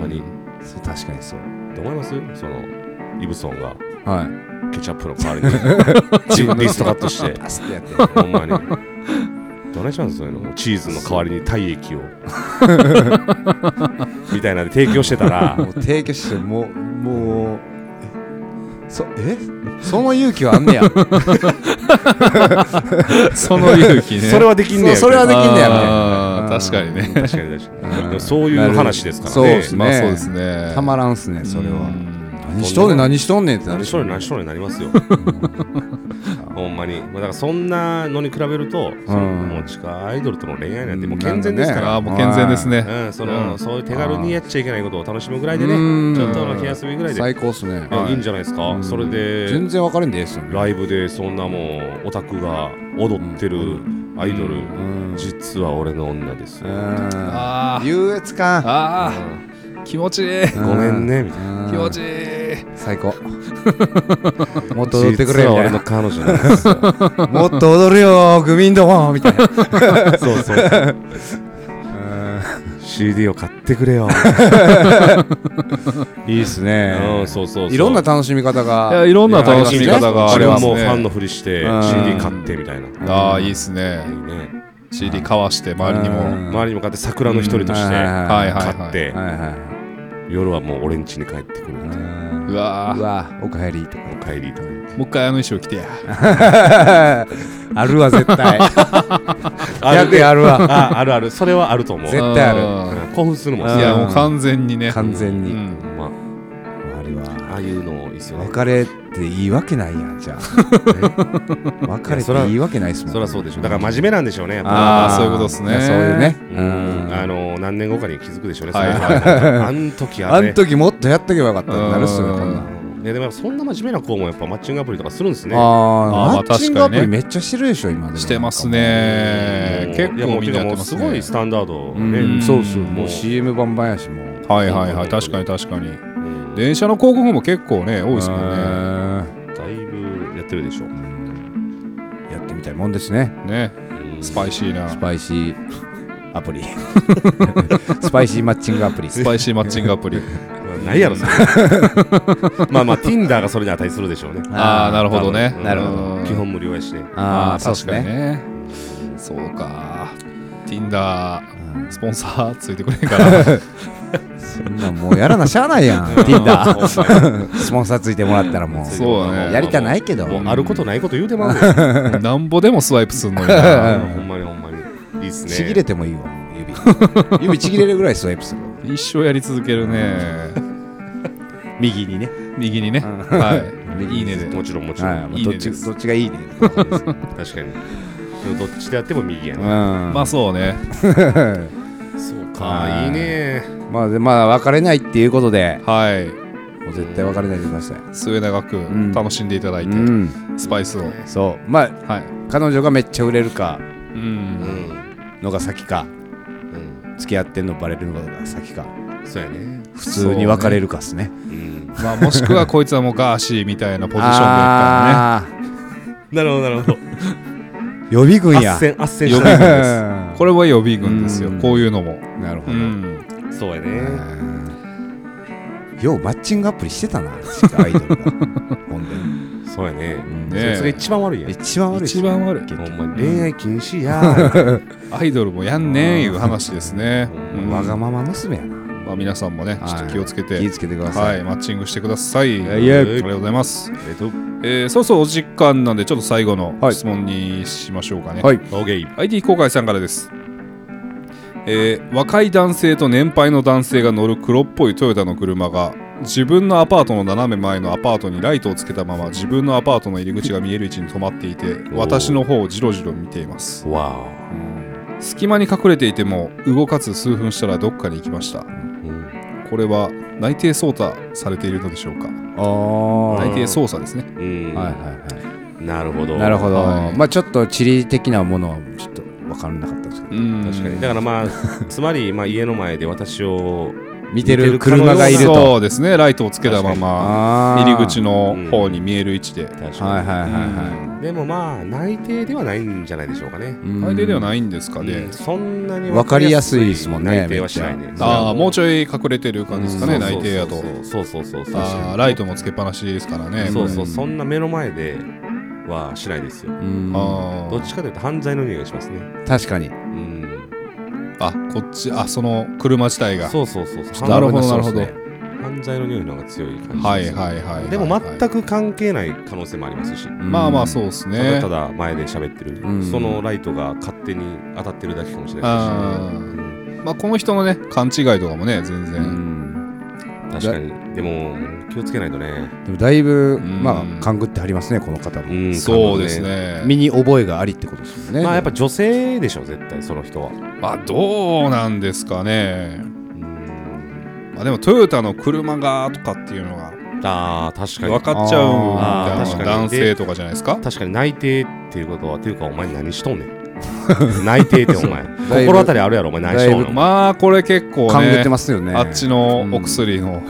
Speaker 4: ほんまに
Speaker 2: そう確かにそう
Speaker 4: どう思いますそのイブソンが
Speaker 2: はい
Speaker 4: ケチャップの代わりにリストカットして
Speaker 2: パスってやって
Speaker 4: ほんまにどないしたんですそういうのチーズの代わりに体液 をみたいなんで提供してたら
Speaker 2: もう提供してもうもうえそえその勇気はあんねや
Speaker 3: その勇気ね
Speaker 4: それはできんねや
Speaker 2: そうそれはできんねやみたいな
Speaker 3: あー確かにね
Speaker 4: 確かに確かに
Speaker 2: うん
Speaker 4: でもそういう話ですからね
Speaker 2: そうですね
Speaker 3: まあそうですね
Speaker 2: たまらんっすねそれ
Speaker 3: う
Speaker 2: は
Speaker 3: ん
Speaker 2: 何しとんねん何しとんねんってなる
Speaker 4: 何しろ何しろになりますよ ほんまにまあだからそんなのに比べると、その
Speaker 2: うん
Speaker 4: もう地下アイドルとの恋愛なんてもう
Speaker 2: なん
Speaker 4: 健
Speaker 2: かね
Speaker 4: 全ですから、
Speaker 3: あーもう健全ですね
Speaker 4: うんその
Speaker 3: うん
Speaker 4: そういう手軽にやっちゃいけないことを楽しむぐらいで
Speaker 2: うん
Speaker 4: ねちょっとの気休みぐらいで、
Speaker 2: 最高っすね
Speaker 4: いやいいんじゃないですか、それで
Speaker 2: 全然分かれんでええっすよね
Speaker 4: ライブでそんなもうオタクが踊ってるアイドル、
Speaker 2: ん
Speaker 4: 実は俺の女ですよ、
Speaker 3: あー
Speaker 2: 優越感
Speaker 3: ああ気持ちいい
Speaker 4: ごめんねみたいな
Speaker 3: 気持ちいい
Speaker 2: 最高もっと踊ってくれ
Speaker 4: 実
Speaker 2: よみたい
Speaker 4: は 俺の
Speaker 2: な
Speaker 4: 彼女なんですよ
Speaker 2: もっと踊るよグミンどもみたいな
Speaker 4: そうそう CD を買ってくれよ
Speaker 2: いいっすね
Speaker 4: うんそうそうそう
Speaker 2: いろんな楽しみ方
Speaker 3: いや
Speaker 2: が
Speaker 3: いろんな
Speaker 2: や
Speaker 3: 楽しみ方があ
Speaker 4: 自
Speaker 3: り
Speaker 4: 分
Speaker 3: ます
Speaker 4: もうファン
Speaker 3: ね
Speaker 4: のふりして
Speaker 2: うん
Speaker 4: CD 買ってみたいな、い
Speaker 3: ああいいですね
Speaker 4: いね
Speaker 3: CD かわして周りにも
Speaker 2: うん
Speaker 4: 周りに向かって桜の一人として
Speaker 2: うん
Speaker 3: は
Speaker 4: 買
Speaker 3: いはいは
Speaker 4: っ
Speaker 3: い
Speaker 4: て
Speaker 2: はいは
Speaker 4: 夜はもう俺ん家に帰ってくるみたいな
Speaker 3: うわ
Speaker 2: い
Speaker 3: ー
Speaker 2: うわおかえりとか
Speaker 4: お帰りとか
Speaker 3: もう一回あの衣装着てや
Speaker 2: あるわ絶対逆やあるわ
Speaker 4: ああるあるそれはあると思う
Speaker 2: 絶対ある
Speaker 3: る
Speaker 4: 興奮するもん
Speaker 2: うん
Speaker 3: いやもう完全にね
Speaker 2: 完全
Speaker 3: う
Speaker 2: に
Speaker 3: ん
Speaker 4: まあ
Speaker 2: あるわ
Speaker 4: ああいうのいいっすよね
Speaker 2: 別れっていいわけないやんじゃあ別れていいわけないっすもん
Speaker 4: そりゃそうでしょだから真面目なんでしょうねやっぱ
Speaker 3: あー
Speaker 2: ー
Speaker 3: そういうことっすね
Speaker 2: いやそういうね
Speaker 4: う
Speaker 2: うんん
Speaker 4: あの何年後かに気づくでしょうね
Speaker 3: はい
Speaker 4: それはあん時
Speaker 2: あ
Speaker 4: あれ
Speaker 2: ん時もっとやっとけばよかったってなるっすよね
Speaker 3: うん
Speaker 2: こんなん
Speaker 4: いやでもやっぱそんな真面目な子もやっぱマッチングアプリとかするんですね
Speaker 2: あ
Speaker 3: あー
Speaker 2: あ、マ
Speaker 3: まあ
Speaker 2: ッチングアプ
Speaker 3: 確か
Speaker 2: リ
Speaker 3: にね
Speaker 2: めっちゃしてるでしょ、今でも。
Speaker 3: してますね
Speaker 4: もう
Speaker 3: 結
Speaker 4: いやも
Speaker 3: 構
Speaker 4: う
Speaker 3: みんなやって
Speaker 4: てかも
Speaker 3: ま
Speaker 4: う
Speaker 3: す
Speaker 4: す
Speaker 3: ね
Speaker 4: ごいスタンダードね
Speaker 3: うん
Speaker 4: ん
Speaker 2: そうそう、
Speaker 4: も
Speaker 2: も
Speaker 4: う
Speaker 2: う CM バンバンやし、もう。
Speaker 3: はいはいはい確かに確かに電車の広告も結構ね多いですもんね
Speaker 2: ね。
Speaker 4: だいぶやってるでしょう
Speaker 2: やってみたいもんですね。
Speaker 3: ね
Speaker 4: うん
Speaker 3: スパイシー
Speaker 2: ス
Speaker 3: な
Speaker 2: パイシーア プリ。スパイシーマッチングアプリ。
Speaker 3: スパイシーマッチングアプリ
Speaker 4: ないやろそ れまあまあ Tinder がそれに値するでしょうね
Speaker 3: ああなるほどね
Speaker 4: 多分
Speaker 2: なるほ
Speaker 3: うん
Speaker 4: 基本無料やしね
Speaker 2: あ
Speaker 3: あ
Speaker 2: あ、
Speaker 3: ー
Speaker 2: そうです
Speaker 3: 確かに
Speaker 2: ね。
Speaker 3: ねそうか Tinder スポンサーついてくれへんから
Speaker 2: そんなんもうやらなしゃあないやん。Tinder。スポンサーついてもらったらもう。
Speaker 3: そうだね
Speaker 2: やりたないけど。
Speaker 4: もうあることないこと言うてまうね
Speaker 3: なんぼでもスワイプすんのに な
Speaker 4: ほんまにほんまにいいっすね
Speaker 2: ちぎれてもいいわ、指。 指ちぎれるぐらいスワイプする。
Speaker 3: 一生やり続けるね
Speaker 2: 右にね。
Speaker 3: 右にねはいいいねで
Speaker 4: もちろんもちろん、
Speaker 2: はいま
Speaker 3: い
Speaker 2: あ。
Speaker 3: い
Speaker 2: ど
Speaker 3: ね
Speaker 2: っ
Speaker 3: で
Speaker 2: ち
Speaker 3: す
Speaker 2: どっちがいいね。
Speaker 4: 確かにでもどっちでやっても右や
Speaker 2: うん。
Speaker 4: な、
Speaker 3: まあそうね
Speaker 4: そう
Speaker 2: あー
Speaker 4: かいいね
Speaker 2: まあ、でまあ別れないっていうことで、
Speaker 3: はい
Speaker 2: もう絶対別れないでください。
Speaker 3: 末永く
Speaker 2: ん
Speaker 3: 楽しんでいただいて
Speaker 2: うん、
Speaker 3: スパイスを
Speaker 2: そう、まあ、
Speaker 3: はい
Speaker 2: 彼女がめっちゃ売れるか
Speaker 3: う
Speaker 4: うんん
Speaker 2: のが先か、
Speaker 4: うん
Speaker 2: 付き合ってんのバレるのが先か、
Speaker 4: そうやね
Speaker 2: 普通に別れるかっすね。
Speaker 4: うん
Speaker 3: まあもしくはこいつはもうガーシーみたいなポジションでいったらね
Speaker 2: あ
Speaker 4: なるほどなるほど
Speaker 2: ー予備軍や。
Speaker 4: 斡旋斡旋
Speaker 3: 予
Speaker 4: し
Speaker 3: 備
Speaker 4: た
Speaker 3: 軍ですこれは予備軍ですよ
Speaker 2: うん
Speaker 3: こういうのも
Speaker 2: なるほ
Speaker 3: う
Speaker 2: ど。
Speaker 3: ん
Speaker 4: そうや
Speaker 2: う
Speaker 4: ね
Speaker 2: んようマッチングアプリしてたな、アイドルが。ほん
Speaker 4: そうやね
Speaker 2: で。
Speaker 3: ねえ
Speaker 4: それが一番悪いや
Speaker 2: うん一番悪いっす
Speaker 3: 一番悪い
Speaker 4: んほんまに恋愛禁止や
Speaker 3: アイドルもやんねえいう話ですね
Speaker 4: う
Speaker 3: うん
Speaker 2: わがまま娘やな。
Speaker 3: まあ皆さんもねちょっと気をつけて
Speaker 2: 気をつけてくださ。
Speaker 3: はいい、マッチングしてください。
Speaker 2: はいはい
Speaker 3: ありがとうございます。
Speaker 4: えっと
Speaker 3: えー、そろそろお時間なんで、ちょっと最後の
Speaker 2: はい
Speaker 3: 質問にしましょうかね。
Speaker 2: はい
Speaker 4: OK
Speaker 3: IT 公開さんからです。えー若い男性と年配の男性が乗る黒っぽいトヨタの車が自分のアパートの斜め前のアパートにライトをつけたまま自分のアパートの入り口が見える位置に止まっていて
Speaker 4: おー
Speaker 3: 私の方をじろじろ見ています
Speaker 4: わ
Speaker 3: 隙間に隠れていても動かず数分したらどっかに行きました
Speaker 4: お、うん
Speaker 3: これは内定操作されているのでしょうか
Speaker 2: ああ。は
Speaker 3: 内定操作ですね
Speaker 4: うん
Speaker 2: いはいはい。
Speaker 4: なるほど
Speaker 2: なるほど、
Speaker 3: はい
Speaker 2: まあちょっと地理的なものはちょっと分からなかったですけど、
Speaker 4: 確
Speaker 3: 確
Speaker 4: かにだからまあつまりまあ家の前で私を
Speaker 2: 見てる車がいると
Speaker 3: そうですねライトをつけたまま
Speaker 2: あー
Speaker 3: 入り口の方に見える位置で、
Speaker 4: 確
Speaker 2: はいはいはいは
Speaker 4: でもまあ内定ではないんじゃないでしょうかね
Speaker 2: い、うん
Speaker 3: 内定ではないんですかね、
Speaker 4: うんそんなに
Speaker 2: わかりやすいですもんね
Speaker 4: 内定はしないね
Speaker 3: ああもうち
Speaker 4: ょい
Speaker 3: ょい隠れてる感じですかね、内定やと
Speaker 4: そうそうそうそう
Speaker 3: あーライトもつけっぱなしですからね
Speaker 4: そうそううんそんな目の前ではしないですよ
Speaker 2: うん
Speaker 3: あ
Speaker 4: どっ
Speaker 3: ー
Speaker 4: ちかというと犯罪の匂いがしますね
Speaker 2: 確かに
Speaker 4: うん
Speaker 3: あこっちあその車自体が
Speaker 4: そうそうそうそう
Speaker 3: なるほど
Speaker 4: 犯罪の
Speaker 3: な
Speaker 4: 匂い
Speaker 3: る
Speaker 4: ですね犯罪の匂いの方が強い感じです
Speaker 3: はいはいはいはい
Speaker 4: でも
Speaker 3: はい
Speaker 4: 全く関係ない可能性もありますし
Speaker 3: まあまあそうです
Speaker 4: ただ
Speaker 3: ね
Speaker 4: ただ前で喋ってる、
Speaker 2: うん
Speaker 4: そのライトが勝手に当たってるだけかもしれ
Speaker 3: あ
Speaker 4: ないし、
Speaker 3: ーまあこの人のね勘違いとかもね全
Speaker 2: う
Speaker 3: 然
Speaker 2: ん
Speaker 4: 確かにでも気をつけないとね、
Speaker 2: でもだいぶ、
Speaker 3: ん
Speaker 2: まあ勘ぐってはりますねこの方も、
Speaker 4: ん
Speaker 3: そうですね
Speaker 2: 身に覚えがありってことですよね、
Speaker 4: まあやっぱ女性でしょ絶対その人は、
Speaker 3: まあどうなんですかねまあでもトヨタの車がとかっていうのが
Speaker 4: ああ確か
Speaker 3: 分
Speaker 4: に
Speaker 3: かっちゃうみ
Speaker 4: あー
Speaker 3: たい
Speaker 4: 確か
Speaker 3: な
Speaker 4: に
Speaker 3: 男性とかじゃないですか
Speaker 4: 確かに内定っていうことはっていうかお前何しとんねん内定ってお
Speaker 2: だ
Speaker 4: 前
Speaker 2: いぶ
Speaker 4: 心当たりあるやろお前内緒
Speaker 2: だい
Speaker 4: な
Speaker 3: まあこれ結構ね
Speaker 2: 勘ぐってますよね
Speaker 3: あっちのお薬の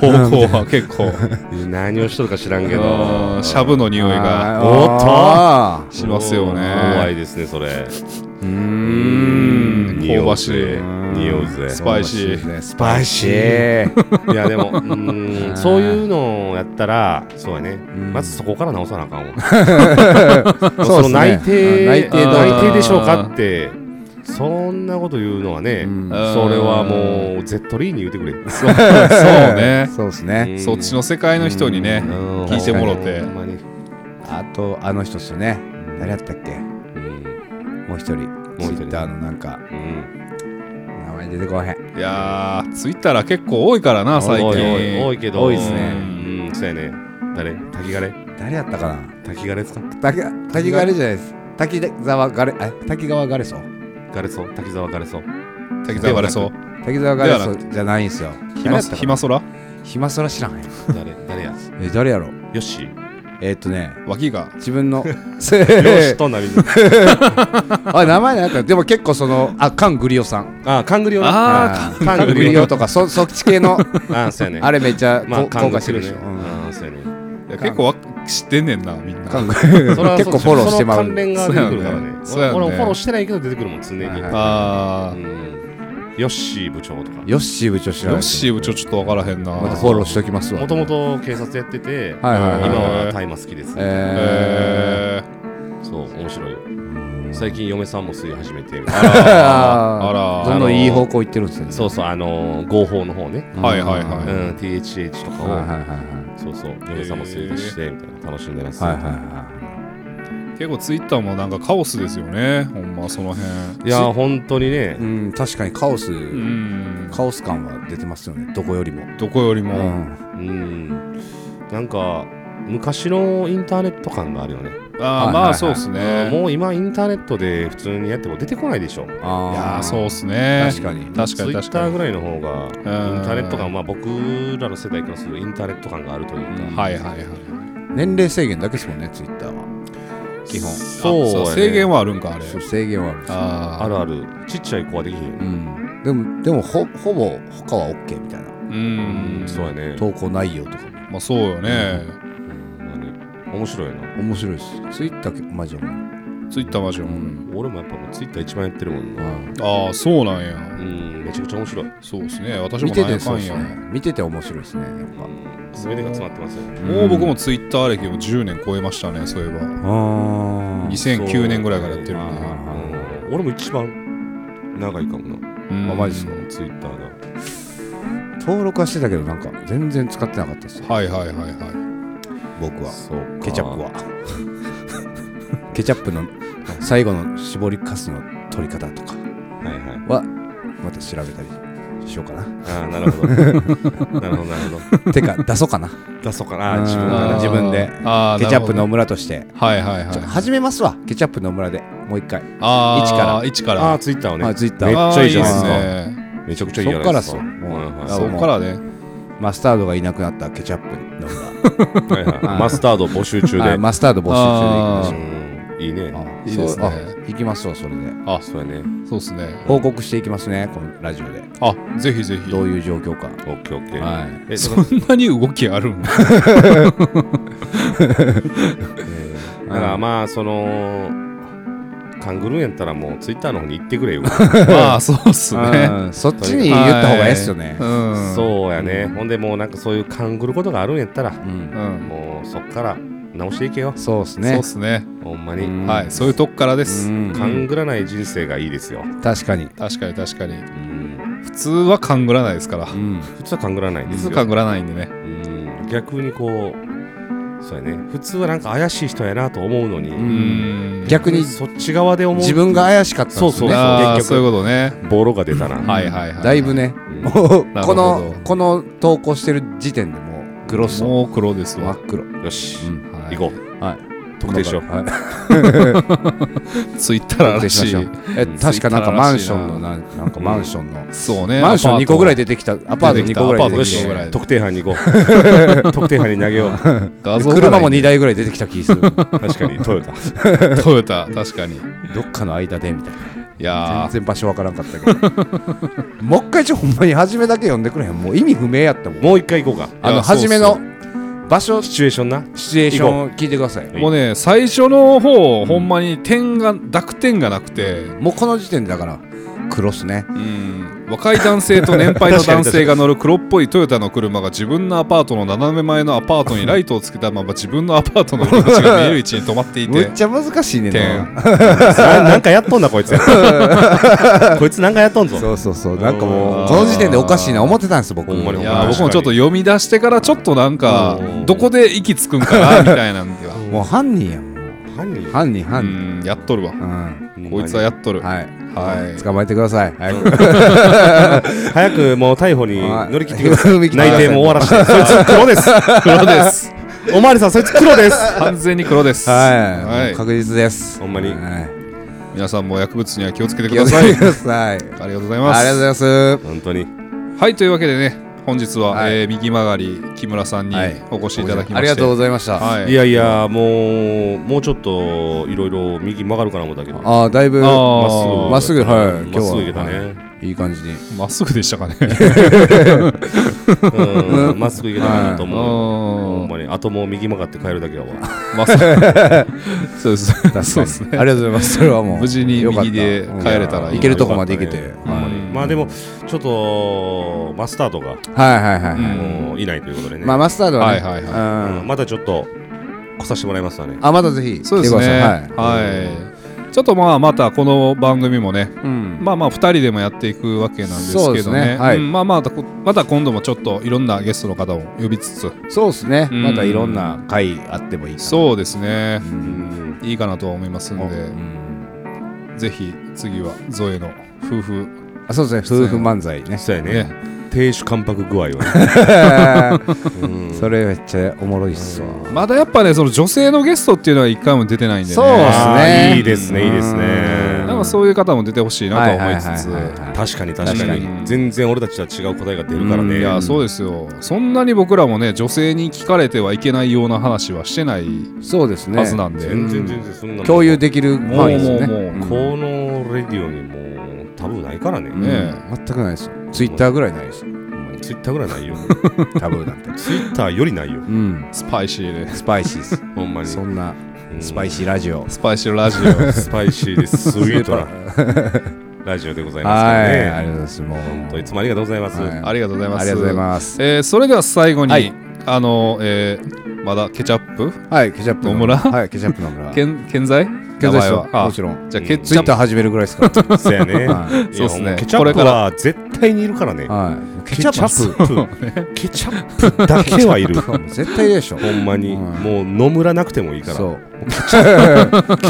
Speaker 3: 方向は結構
Speaker 4: 何をしとるか知らんけど
Speaker 3: うんしゃぶの匂いが
Speaker 2: あー
Speaker 3: しますよ
Speaker 4: 怖
Speaker 3: ね
Speaker 4: いですねそれ
Speaker 2: おっとうーん
Speaker 3: 香ばしい
Speaker 4: 匂うぜ
Speaker 3: スパイシー
Speaker 2: スパイシー
Speaker 4: いやで もうーんそういうのをやったらそうやねまずそこから直さなあかんわ
Speaker 2: そうで
Speaker 4: その
Speaker 2: すね
Speaker 4: 内定
Speaker 2: 内定
Speaker 4: 内定
Speaker 2: だ
Speaker 4: でしょうかってそんなこと言うのはね
Speaker 2: うん
Speaker 4: それはもう Z リーに言うてくれ
Speaker 3: そうそうね
Speaker 2: そうですね
Speaker 3: そっちの世界の人にね
Speaker 4: うん
Speaker 3: 聞いてもろて
Speaker 4: ほんまに
Speaker 2: あとあの人っすよね誰やったっけもう一人
Speaker 4: う一人
Speaker 2: Twitter のなんか
Speaker 4: うん
Speaker 2: 名前出てこへん
Speaker 3: いやーツイッターら結構多いからな最近
Speaker 4: 多い多い多いけど
Speaker 2: 多いっすね
Speaker 4: うんそうやね誰滝枯れ
Speaker 2: 誰やったかな
Speaker 4: 滝枯れですか
Speaker 2: 滝滝ガレじゃないです滝沢ガレあ滝川ガレソ
Speaker 4: 枯れそう滝沢枯れそう
Speaker 3: 滝沢れそう
Speaker 2: 滝沢ガレソじゃないんすよ
Speaker 3: 暇そ暇空
Speaker 2: 暇そら知らんへん
Speaker 4: 誰 誰や
Speaker 2: え誰やろ
Speaker 4: よし
Speaker 2: えーっとね
Speaker 3: 脇が
Speaker 2: 自分の
Speaker 4: よしとなみんな
Speaker 2: あ名前なんかでも結構そのあカングリオさん
Speaker 4: あー、カングリオね
Speaker 3: あ
Speaker 4: ーカン
Speaker 2: カン
Speaker 4: グ
Speaker 2: グリ
Speaker 4: リオ
Speaker 2: オとかそそっち系の
Speaker 4: あー、そうやね。
Speaker 2: あれめっちゃこ
Speaker 4: まあ、カ
Speaker 2: 高
Speaker 4: ング
Speaker 2: 価
Speaker 4: リ
Speaker 2: して
Speaker 4: オ
Speaker 2: る
Speaker 4: ね
Speaker 2: でしょ。うん
Speaker 4: あー、そうやね。
Speaker 3: いや結構わ知ってんねんなみんな
Speaker 2: カング
Speaker 4: それは
Speaker 2: 結構フォローしてま
Speaker 4: そうの
Speaker 2: ん
Speaker 4: 関
Speaker 2: で
Speaker 4: 連が出てくるからね。
Speaker 3: そうやね
Speaker 4: 俺、俺フォローしてないけど出てくるもん、常に。
Speaker 2: はいはい
Speaker 3: あ
Speaker 4: うんヨッシー部長と か。
Speaker 2: ヨッシー部長知
Speaker 3: あ
Speaker 2: ら
Speaker 3: よ
Speaker 2: ない
Speaker 3: っしーちょちょっとわからへんな
Speaker 2: またフォローしときますわ
Speaker 4: もともと警察やってて、今
Speaker 2: はいはいはい
Speaker 4: は大麻好きです。
Speaker 2: え
Speaker 3: えー
Speaker 4: そう、面白いよ。最近、嫁さんも吸い始 めて。
Speaker 2: ー、
Speaker 3: あ
Speaker 2: あ
Speaker 3: ら
Speaker 2: どんどんいい方向行ってるんですよね
Speaker 4: そうそう、あのー、合法の方ね。
Speaker 3: はいはい
Speaker 4: うん
Speaker 3: は
Speaker 4: THH とか
Speaker 2: はいはい
Speaker 4: を、
Speaker 2: はいはい
Speaker 4: そうそう、嫁さんも吸い出して、みたいな、楽しんでます。
Speaker 2: はいはいはい
Speaker 3: い結構ツイッターもなんかカオスですよねほんまその辺
Speaker 4: いやー、本当にね
Speaker 2: う、ん確かにカオス、
Speaker 3: うん
Speaker 2: カオス感は出てますよねどこよりも、
Speaker 3: どこより
Speaker 2: う
Speaker 3: も
Speaker 2: ん、
Speaker 4: うん、なんか昔のインターネット感があるよね、
Speaker 3: あ
Speaker 2: は
Speaker 3: あ
Speaker 2: いはいは
Speaker 3: ま
Speaker 2: い
Speaker 3: あそうっすね
Speaker 4: もう今インターネットで普通にやっても出てこないでしょ
Speaker 2: あ
Speaker 3: いやーそうっす
Speaker 2: う
Speaker 3: ね
Speaker 2: 確かに
Speaker 3: 確か
Speaker 4: ツイ
Speaker 3: に
Speaker 4: ッ
Speaker 3: 確
Speaker 4: タ
Speaker 3: か
Speaker 4: ー
Speaker 3: に
Speaker 4: ぐらいの方がインタ
Speaker 3: ん
Speaker 4: ーネット感まあ僕らの世代からするとインターネット感があるというか、
Speaker 3: はいはいはい
Speaker 2: 年齢制限だけですもんねツイッターは基本
Speaker 4: そう,、
Speaker 3: あ制限はあるんかあれ
Speaker 2: そう制限はあるんですよ
Speaker 3: あ
Speaker 4: あるあるちっちゃい子はできひんよ
Speaker 2: う
Speaker 4: ね、
Speaker 2: んでもでもほほぼ他は OK みたいな
Speaker 3: う
Speaker 4: うんん、そうやね
Speaker 2: 投稿内容とかも
Speaker 3: まあそうよね
Speaker 4: うん面白いな
Speaker 2: 面白いですツイッターマジでも
Speaker 3: ツイッターマジよ
Speaker 4: 俺もやっぱもうツイッター一番やってるもんな
Speaker 3: ああそうなんや
Speaker 4: うんめちゃくちゃ面白い
Speaker 3: そうですね私
Speaker 2: 見
Speaker 3: も
Speaker 2: て
Speaker 3: なんや
Speaker 2: て
Speaker 3: か
Speaker 2: そうんです
Speaker 3: や
Speaker 2: ね見てて面白いですねやっぱ
Speaker 4: 全てが詰まってますよね
Speaker 3: もう僕もツイッター歴も10年超えましたねそういえば
Speaker 2: あ
Speaker 3: 2009年ぐらいからやってるんで
Speaker 4: うん俺も一番長いかもな
Speaker 3: うん
Speaker 2: あマジっすか
Speaker 4: ツイッターが
Speaker 2: 登録はしてたけどなんか全然使ってなかったですよ
Speaker 3: はいはいはいはい
Speaker 2: 僕は
Speaker 4: そう
Speaker 2: ケチャップは ケチャップの最後の絞りかすの取り方とか
Speaker 4: はいはい
Speaker 2: はまた調べたりしようかな
Speaker 4: ああなるほど なるほどなるほ
Speaker 2: て か出そうかな
Speaker 4: ど出そうかな
Speaker 2: うん
Speaker 4: 自分
Speaker 2: あ
Speaker 4: が
Speaker 2: ー
Speaker 4: ね
Speaker 2: 自分で
Speaker 3: あー
Speaker 2: ケチャップの
Speaker 3: なるほど
Speaker 2: 村として
Speaker 3: はいはいはい
Speaker 2: ちょ始めますわケチャップの村でもう一回
Speaker 3: あ
Speaker 2: 一から
Speaker 3: 1から
Speaker 4: ああツイッターを
Speaker 2: まあ
Speaker 4: ね
Speaker 2: ツイッター
Speaker 4: めっちゃいいじ
Speaker 3: あ
Speaker 4: ゃな
Speaker 3: ー
Speaker 4: いですか
Speaker 3: っすね
Speaker 4: めちゃくちゃいいやつ
Speaker 2: そっからっすよもう
Speaker 4: はい
Speaker 2: あ
Speaker 3: そっからね
Speaker 2: マスタードがいなくなったケチャップの
Speaker 4: はいはいはいマスタード募集中
Speaker 2: 村あ
Speaker 4: で
Speaker 2: マスタード募集中で
Speaker 4: うんい
Speaker 2: い
Speaker 4: い
Speaker 2: きま
Speaker 4: ね
Speaker 2: しょうあ
Speaker 3: いいですね
Speaker 2: そうあ行きますわそれで
Speaker 3: あ
Speaker 4: そうやね
Speaker 3: そうですね
Speaker 2: 報告していきますねこのラジオで
Speaker 3: あぜひぜひ
Speaker 2: どういう状況か
Speaker 4: オッケーオッケ
Speaker 2: はい
Speaker 4: ーえ
Speaker 3: そ
Speaker 4: その
Speaker 3: んなに動きあるん
Speaker 4: だからまあそのカングルーやったらもうツイッターの方に行ってくれよ
Speaker 3: まあそうっすね
Speaker 2: うんそっちに言った方がいいっすよね
Speaker 3: うん
Speaker 4: そうやねほんでもうなんかそういうカングルことがあるんやったら
Speaker 2: うん
Speaker 3: うん
Speaker 4: もうそっから直していけよ
Speaker 2: そうです
Speaker 3: そう
Speaker 2: ね
Speaker 3: っすね
Speaker 4: ほんまに
Speaker 2: うん
Speaker 3: はいそういうとこからです
Speaker 2: うん
Speaker 4: 勘ぐらない人生がいいですよ。
Speaker 2: 確かに
Speaker 3: 確かに確かに
Speaker 4: うん
Speaker 3: 普通は勘ぐらないですから
Speaker 2: うん
Speaker 4: 普通は勘ぐらないんで
Speaker 3: 普
Speaker 4: す
Speaker 3: 通
Speaker 4: よ。
Speaker 3: 勘ぐらないんでね
Speaker 4: うん逆にこう、そうやね、普通はなんか怪しい人やなと思うのに、
Speaker 3: うん
Speaker 2: 逆に
Speaker 4: そっち側で思う。
Speaker 2: 自分が怪しかったん
Speaker 4: そう
Speaker 2: です
Speaker 4: そうそう、
Speaker 2: ね
Speaker 3: あー
Speaker 4: 結
Speaker 3: そういう
Speaker 4: 局、
Speaker 3: ことね
Speaker 4: ボロが出たな。
Speaker 3: はいはいはい
Speaker 2: だいぶね
Speaker 4: うん
Speaker 2: もう
Speaker 3: なる
Speaker 2: こ
Speaker 3: ほど
Speaker 2: のこの投稿してる時点でもうグロス
Speaker 3: もう黒です
Speaker 2: 真
Speaker 3: わ
Speaker 2: っ黒
Speaker 4: よし、
Speaker 2: うん
Speaker 3: はい
Speaker 4: 行こう。
Speaker 2: はい
Speaker 4: 特定しよう
Speaker 2: はい
Speaker 3: ツイッターら
Speaker 2: 失
Speaker 3: し
Speaker 2: 礼しま
Speaker 3: い
Speaker 2: し。たえ確かなんかマンションのななんかマンションの
Speaker 3: そうね。
Speaker 2: マンション2個ぐらい
Speaker 3: で。
Speaker 2: 出てきたアパート2個ぐらい出てき
Speaker 3: アパート二個ぐら
Speaker 2: た
Speaker 3: い
Speaker 4: 特定班に行こう特定班に投げよう
Speaker 3: 画像がない
Speaker 2: 車も2台ぐらい出てきた気する ど
Speaker 4: 確かにトヨタ
Speaker 3: トヨタ、確かに。い
Speaker 2: っかの間でみたいな
Speaker 3: や
Speaker 2: 全然場所わからんかったけどもう一回ちょほんまに初めだけ読んでくれへんもう意味不明やったもん
Speaker 4: もう一回行こうか
Speaker 2: あ
Speaker 3: い
Speaker 2: の
Speaker 3: やそうっ
Speaker 2: 初
Speaker 3: す
Speaker 2: めの場所
Speaker 4: シチュエーションな
Speaker 2: シチュエーションを聞いてください
Speaker 3: ー、もうね、最初の方、ほんまに点が、濁点がなくて、
Speaker 2: もうこの時点でだからクロスね
Speaker 3: うん若い男性と年配の男性が乗る黒っぽいトヨタの車が自分のアパートの斜め前のアパートにライトをつけたまま自分のアパートの入り口が見える位置に止まって い
Speaker 2: め
Speaker 3: て
Speaker 2: っちゃ難しいねんな
Speaker 3: 点
Speaker 4: ななんかやっとんなこいつこいつなんかやっとんぞ
Speaker 2: そうそうそうなんかもう
Speaker 3: あー
Speaker 2: この時点でおかしいな思ってたんです僕
Speaker 4: ほんまに
Speaker 3: い
Speaker 4: ほん
Speaker 3: や
Speaker 4: ま
Speaker 3: ー
Speaker 4: に
Speaker 3: 僕もちょっと読み出してからちょっとなんか
Speaker 4: うん
Speaker 3: どこで息つくんかなみたいなんでは
Speaker 2: もう犯人やんも
Speaker 4: 犯人
Speaker 2: う犯人
Speaker 3: う
Speaker 2: 犯人
Speaker 3: んやっとるわ
Speaker 2: うん
Speaker 3: こいつはやっとるは
Speaker 2: はい
Speaker 3: い
Speaker 2: 捕まえてください早く
Speaker 4: 早くもう逮捕に乗り切ってくださ い
Speaker 2: 乗り切ってください
Speaker 4: 内定も終わらせてそいつ黒です
Speaker 3: 黒です
Speaker 4: おまわりさんそいつ黒です
Speaker 3: 完全に黒です
Speaker 2: はい、もう
Speaker 3: はい
Speaker 2: 確実です。
Speaker 4: ほんまに
Speaker 2: はい
Speaker 3: 皆さんも薬物には気をつけてく
Speaker 2: 気を
Speaker 3: だ
Speaker 2: つけ
Speaker 3: さい
Speaker 2: て
Speaker 3: あ
Speaker 2: ください。あり
Speaker 3: り
Speaker 2: が
Speaker 3: がとうござ
Speaker 2: と
Speaker 3: い
Speaker 2: う
Speaker 3: ま
Speaker 2: ご
Speaker 3: す
Speaker 2: ざいます。
Speaker 4: 本当に
Speaker 3: はいというわけでね本日は、
Speaker 2: はい
Speaker 3: えー右曲がり木村さんに
Speaker 2: はい
Speaker 3: お越しいただきまして、
Speaker 2: ありがとうございました。
Speaker 3: はい
Speaker 4: いやいやもうもうちょっといろいろ右曲がるかな思ったけど
Speaker 2: ああ、だいぶ
Speaker 3: あー
Speaker 4: まっす
Speaker 2: まっすぐ
Speaker 4: ぐ
Speaker 2: はい今日は
Speaker 4: まっすぐ行けたね、
Speaker 2: いい感じに。
Speaker 3: まっすぐでしたか ね
Speaker 4: うんまっすぐ行けたかなと思 う、
Speaker 3: うん
Speaker 4: ほんまにあともう右曲がって帰るだけやわ
Speaker 3: まっすぐ そうですねそうです
Speaker 2: あり
Speaker 3: ね
Speaker 2: がとうございます。それはもう
Speaker 3: 無事に右で
Speaker 2: よかった
Speaker 3: 帰れたらいいな
Speaker 2: うん行けるとこまで行けて。
Speaker 4: よかった
Speaker 2: はい
Speaker 4: ねほんまにまあでもちょっとマスタードが
Speaker 2: はいはいは
Speaker 3: ん
Speaker 2: い。
Speaker 4: もういないということでね、
Speaker 2: まあマスタードはね。
Speaker 3: はいはいはい
Speaker 2: うん
Speaker 4: うんまたちょっと来させてもらいますわね
Speaker 2: あまたぜひ来て
Speaker 3: そう
Speaker 2: く
Speaker 3: で
Speaker 2: だ
Speaker 3: す
Speaker 2: さ
Speaker 3: ね
Speaker 2: い。
Speaker 3: は
Speaker 2: はいい。、
Speaker 3: ちょっとまあまたこの番組もね
Speaker 2: うん
Speaker 3: まあまあ2人でもやっていくわけなんです
Speaker 2: そう
Speaker 3: け
Speaker 2: で
Speaker 3: ど
Speaker 2: す
Speaker 3: ね
Speaker 2: ねはい
Speaker 3: うんまあまあまたこまた今度もちょっといろんなゲストの方を呼びつつ
Speaker 2: そうですね。
Speaker 3: うん
Speaker 2: またいろんな回あってもいいかな。
Speaker 3: そうですね
Speaker 2: う。
Speaker 4: うんん
Speaker 3: いいかなとは思いますんで、
Speaker 2: うん
Speaker 3: ぜひ次はゾエの夫婦
Speaker 2: あそうですね。夫婦漫才ね。
Speaker 4: そうやね
Speaker 3: ね
Speaker 4: 亭主関白具合は、ね うん
Speaker 2: それめっちゃおもろいっすわ。
Speaker 3: まだやっぱねその女性のゲストっていうのは一回も出てないんでね
Speaker 2: そうっす
Speaker 4: あ
Speaker 2: ね
Speaker 4: ーいいですねいいです
Speaker 2: うん
Speaker 3: な
Speaker 4: ね
Speaker 3: んかそういう方も出てほしいなとは思いつつ、
Speaker 2: はいはいはいはいはい
Speaker 4: 確かに確か
Speaker 3: 確
Speaker 4: に
Speaker 3: かに
Speaker 4: 全然俺たちとは違う答えが出るからね、
Speaker 3: いやそうですよそんなに僕らもね女性に聞かれてはいけないような話はしてない
Speaker 2: そうですね。
Speaker 3: はずなんで、
Speaker 4: 全然全然そんなの
Speaker 2: 共有できる
Speaker 3: もう
Speaker 2: 範囲です
Speaker 3: も
Speaker 2: よ
Speaker 3: う
Speaker 2: ね。
Speaker 3: もう、
Speaker 2: ん
Speaker 4: このレディオにもうタブーないからね、
Speaker 2: うん
Speaker 3: ね
Speaker 2: 全くないです。ツイッターぐらいない です。
Speaker 4: ツイッターぐらいないよ
Speaker 2: タブーなんて。
Speaker 4: ツイッターよりないよ
Speaker 2: うん。
Speaker 3: スパイシーで
Speaker 2: スパイシーです。
Speaker 4: ほんまに
Speaker 2: そんな
Speaker 4: うん
Speaker 2: スパイシーラジオ。
Speaker 3: スパイシーラジオ
Speaker 4: スパイシーですすげえとなラジオでございますか
Speaker 2: は
Speaker 4: ら
Speaker 2: い。
Speaker 4: ね
Speaker 2: ありがとうございます。もう。
Speaker 4: 本当いつもありがとうございます、
Speaker 2: はい
Speaker 3: ありがとうございます
Speaker 2: ありがとうございます。
Speaker 3: えーそれでは最後に、
Speaker 2: はい
Speaker 3: あの、えーまだケチャップ
Speaker 2: はい、ケチャップの
Speaker 3: 野村
Speaker 2: はい、ケチャップの村。
Speaker 3: けん健在
Speaker 2: 健在っすよ
Speaker 3: 名前はあ
Speaker 2: もちろん。
Speaker 3: じゃあケチ
Speaker 2: ツイ
Speaker 3: ャ
Speaker 2: ッ
Speaker 3: ップ
Speaker 2: ター始めるぐらいですから。
Speaker 4: そうやね
Speaker 2: はい
Speaker 3: そうっ
Speaker 4: や
Speaker 3: すね
Speaker 4: ほんまケチャ
Speaker 3: こ
Speaker 4: ッ
Speaker 3: れ
Speaker 4: プ
Speaker 3: から
Speaker 4: は絶対にいるからね
Speaker 2: はい。
Speaker 4: ケチャップケチャップだけはいるほ
Speaker 2: 絶対いるでしょ。
Speaker 4: んまに
Speaker 2: うん
Speaker 4: もう野村なくてもいいから
Speaker 2: そう。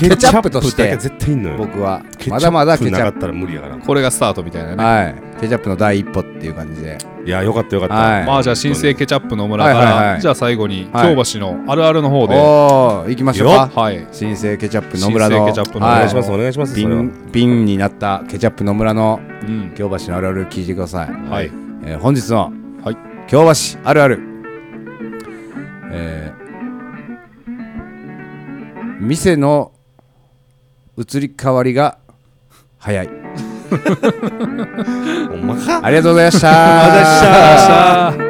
Speaker 4: ケ
Speaker 2: ケチャップとし
Speaker 4: チャ
Speaker 2: て、
Speaker 4: ップだけ絶対いんのよ
Speaker 2: 僕は
Speaker 4: ケチャップ
Speaker 2: まだまだケチ
Speaker 4: なか
Speaker 2: ャッ
Speaker 4: ったら無理やから
Speaker 3: これがスタートみたいな
Speaker 2: プ。
Speaker 3: ね、
Speaker 2: はい。ケチャップの第一歩っていう感じで。
Speaker 4: いやよかったよかった、
Speaker 2: はい
Speaker 3: まあじゃあ新生ケチャップの村から、
Speaker 2: はいはいはい
Speaker 3: じゃあ最後に
Speaker 2: はい
Speaker 3: 京橋のあるあるの方で、
Speaker 2: おお、行きましょうか。
Speaker 3: はい
Speaker 2: 新生ケチャップ野村の
Speaker 3: 新生ケチャップ野
Speaker 4: お
Speaker 3: 村
Speaker 4: 願
Speaker 2: はい
Speaker 4: しますお願いしますそれは
Speaker 2: 瓶瓶になったケチャップ野村の
Speaker 3: うん
Speaker 2: 京橋のあるある聞いてください、
Speaker 3: はい
Speaker 2: えー本日の
Speaker 3: はい
Speaker 2: 京橋あるある、えー店の移り変わりが早い
Speaker 4: ほんまか
Speaker 2: ありがとうございました
Speaker 3: ありがとうございました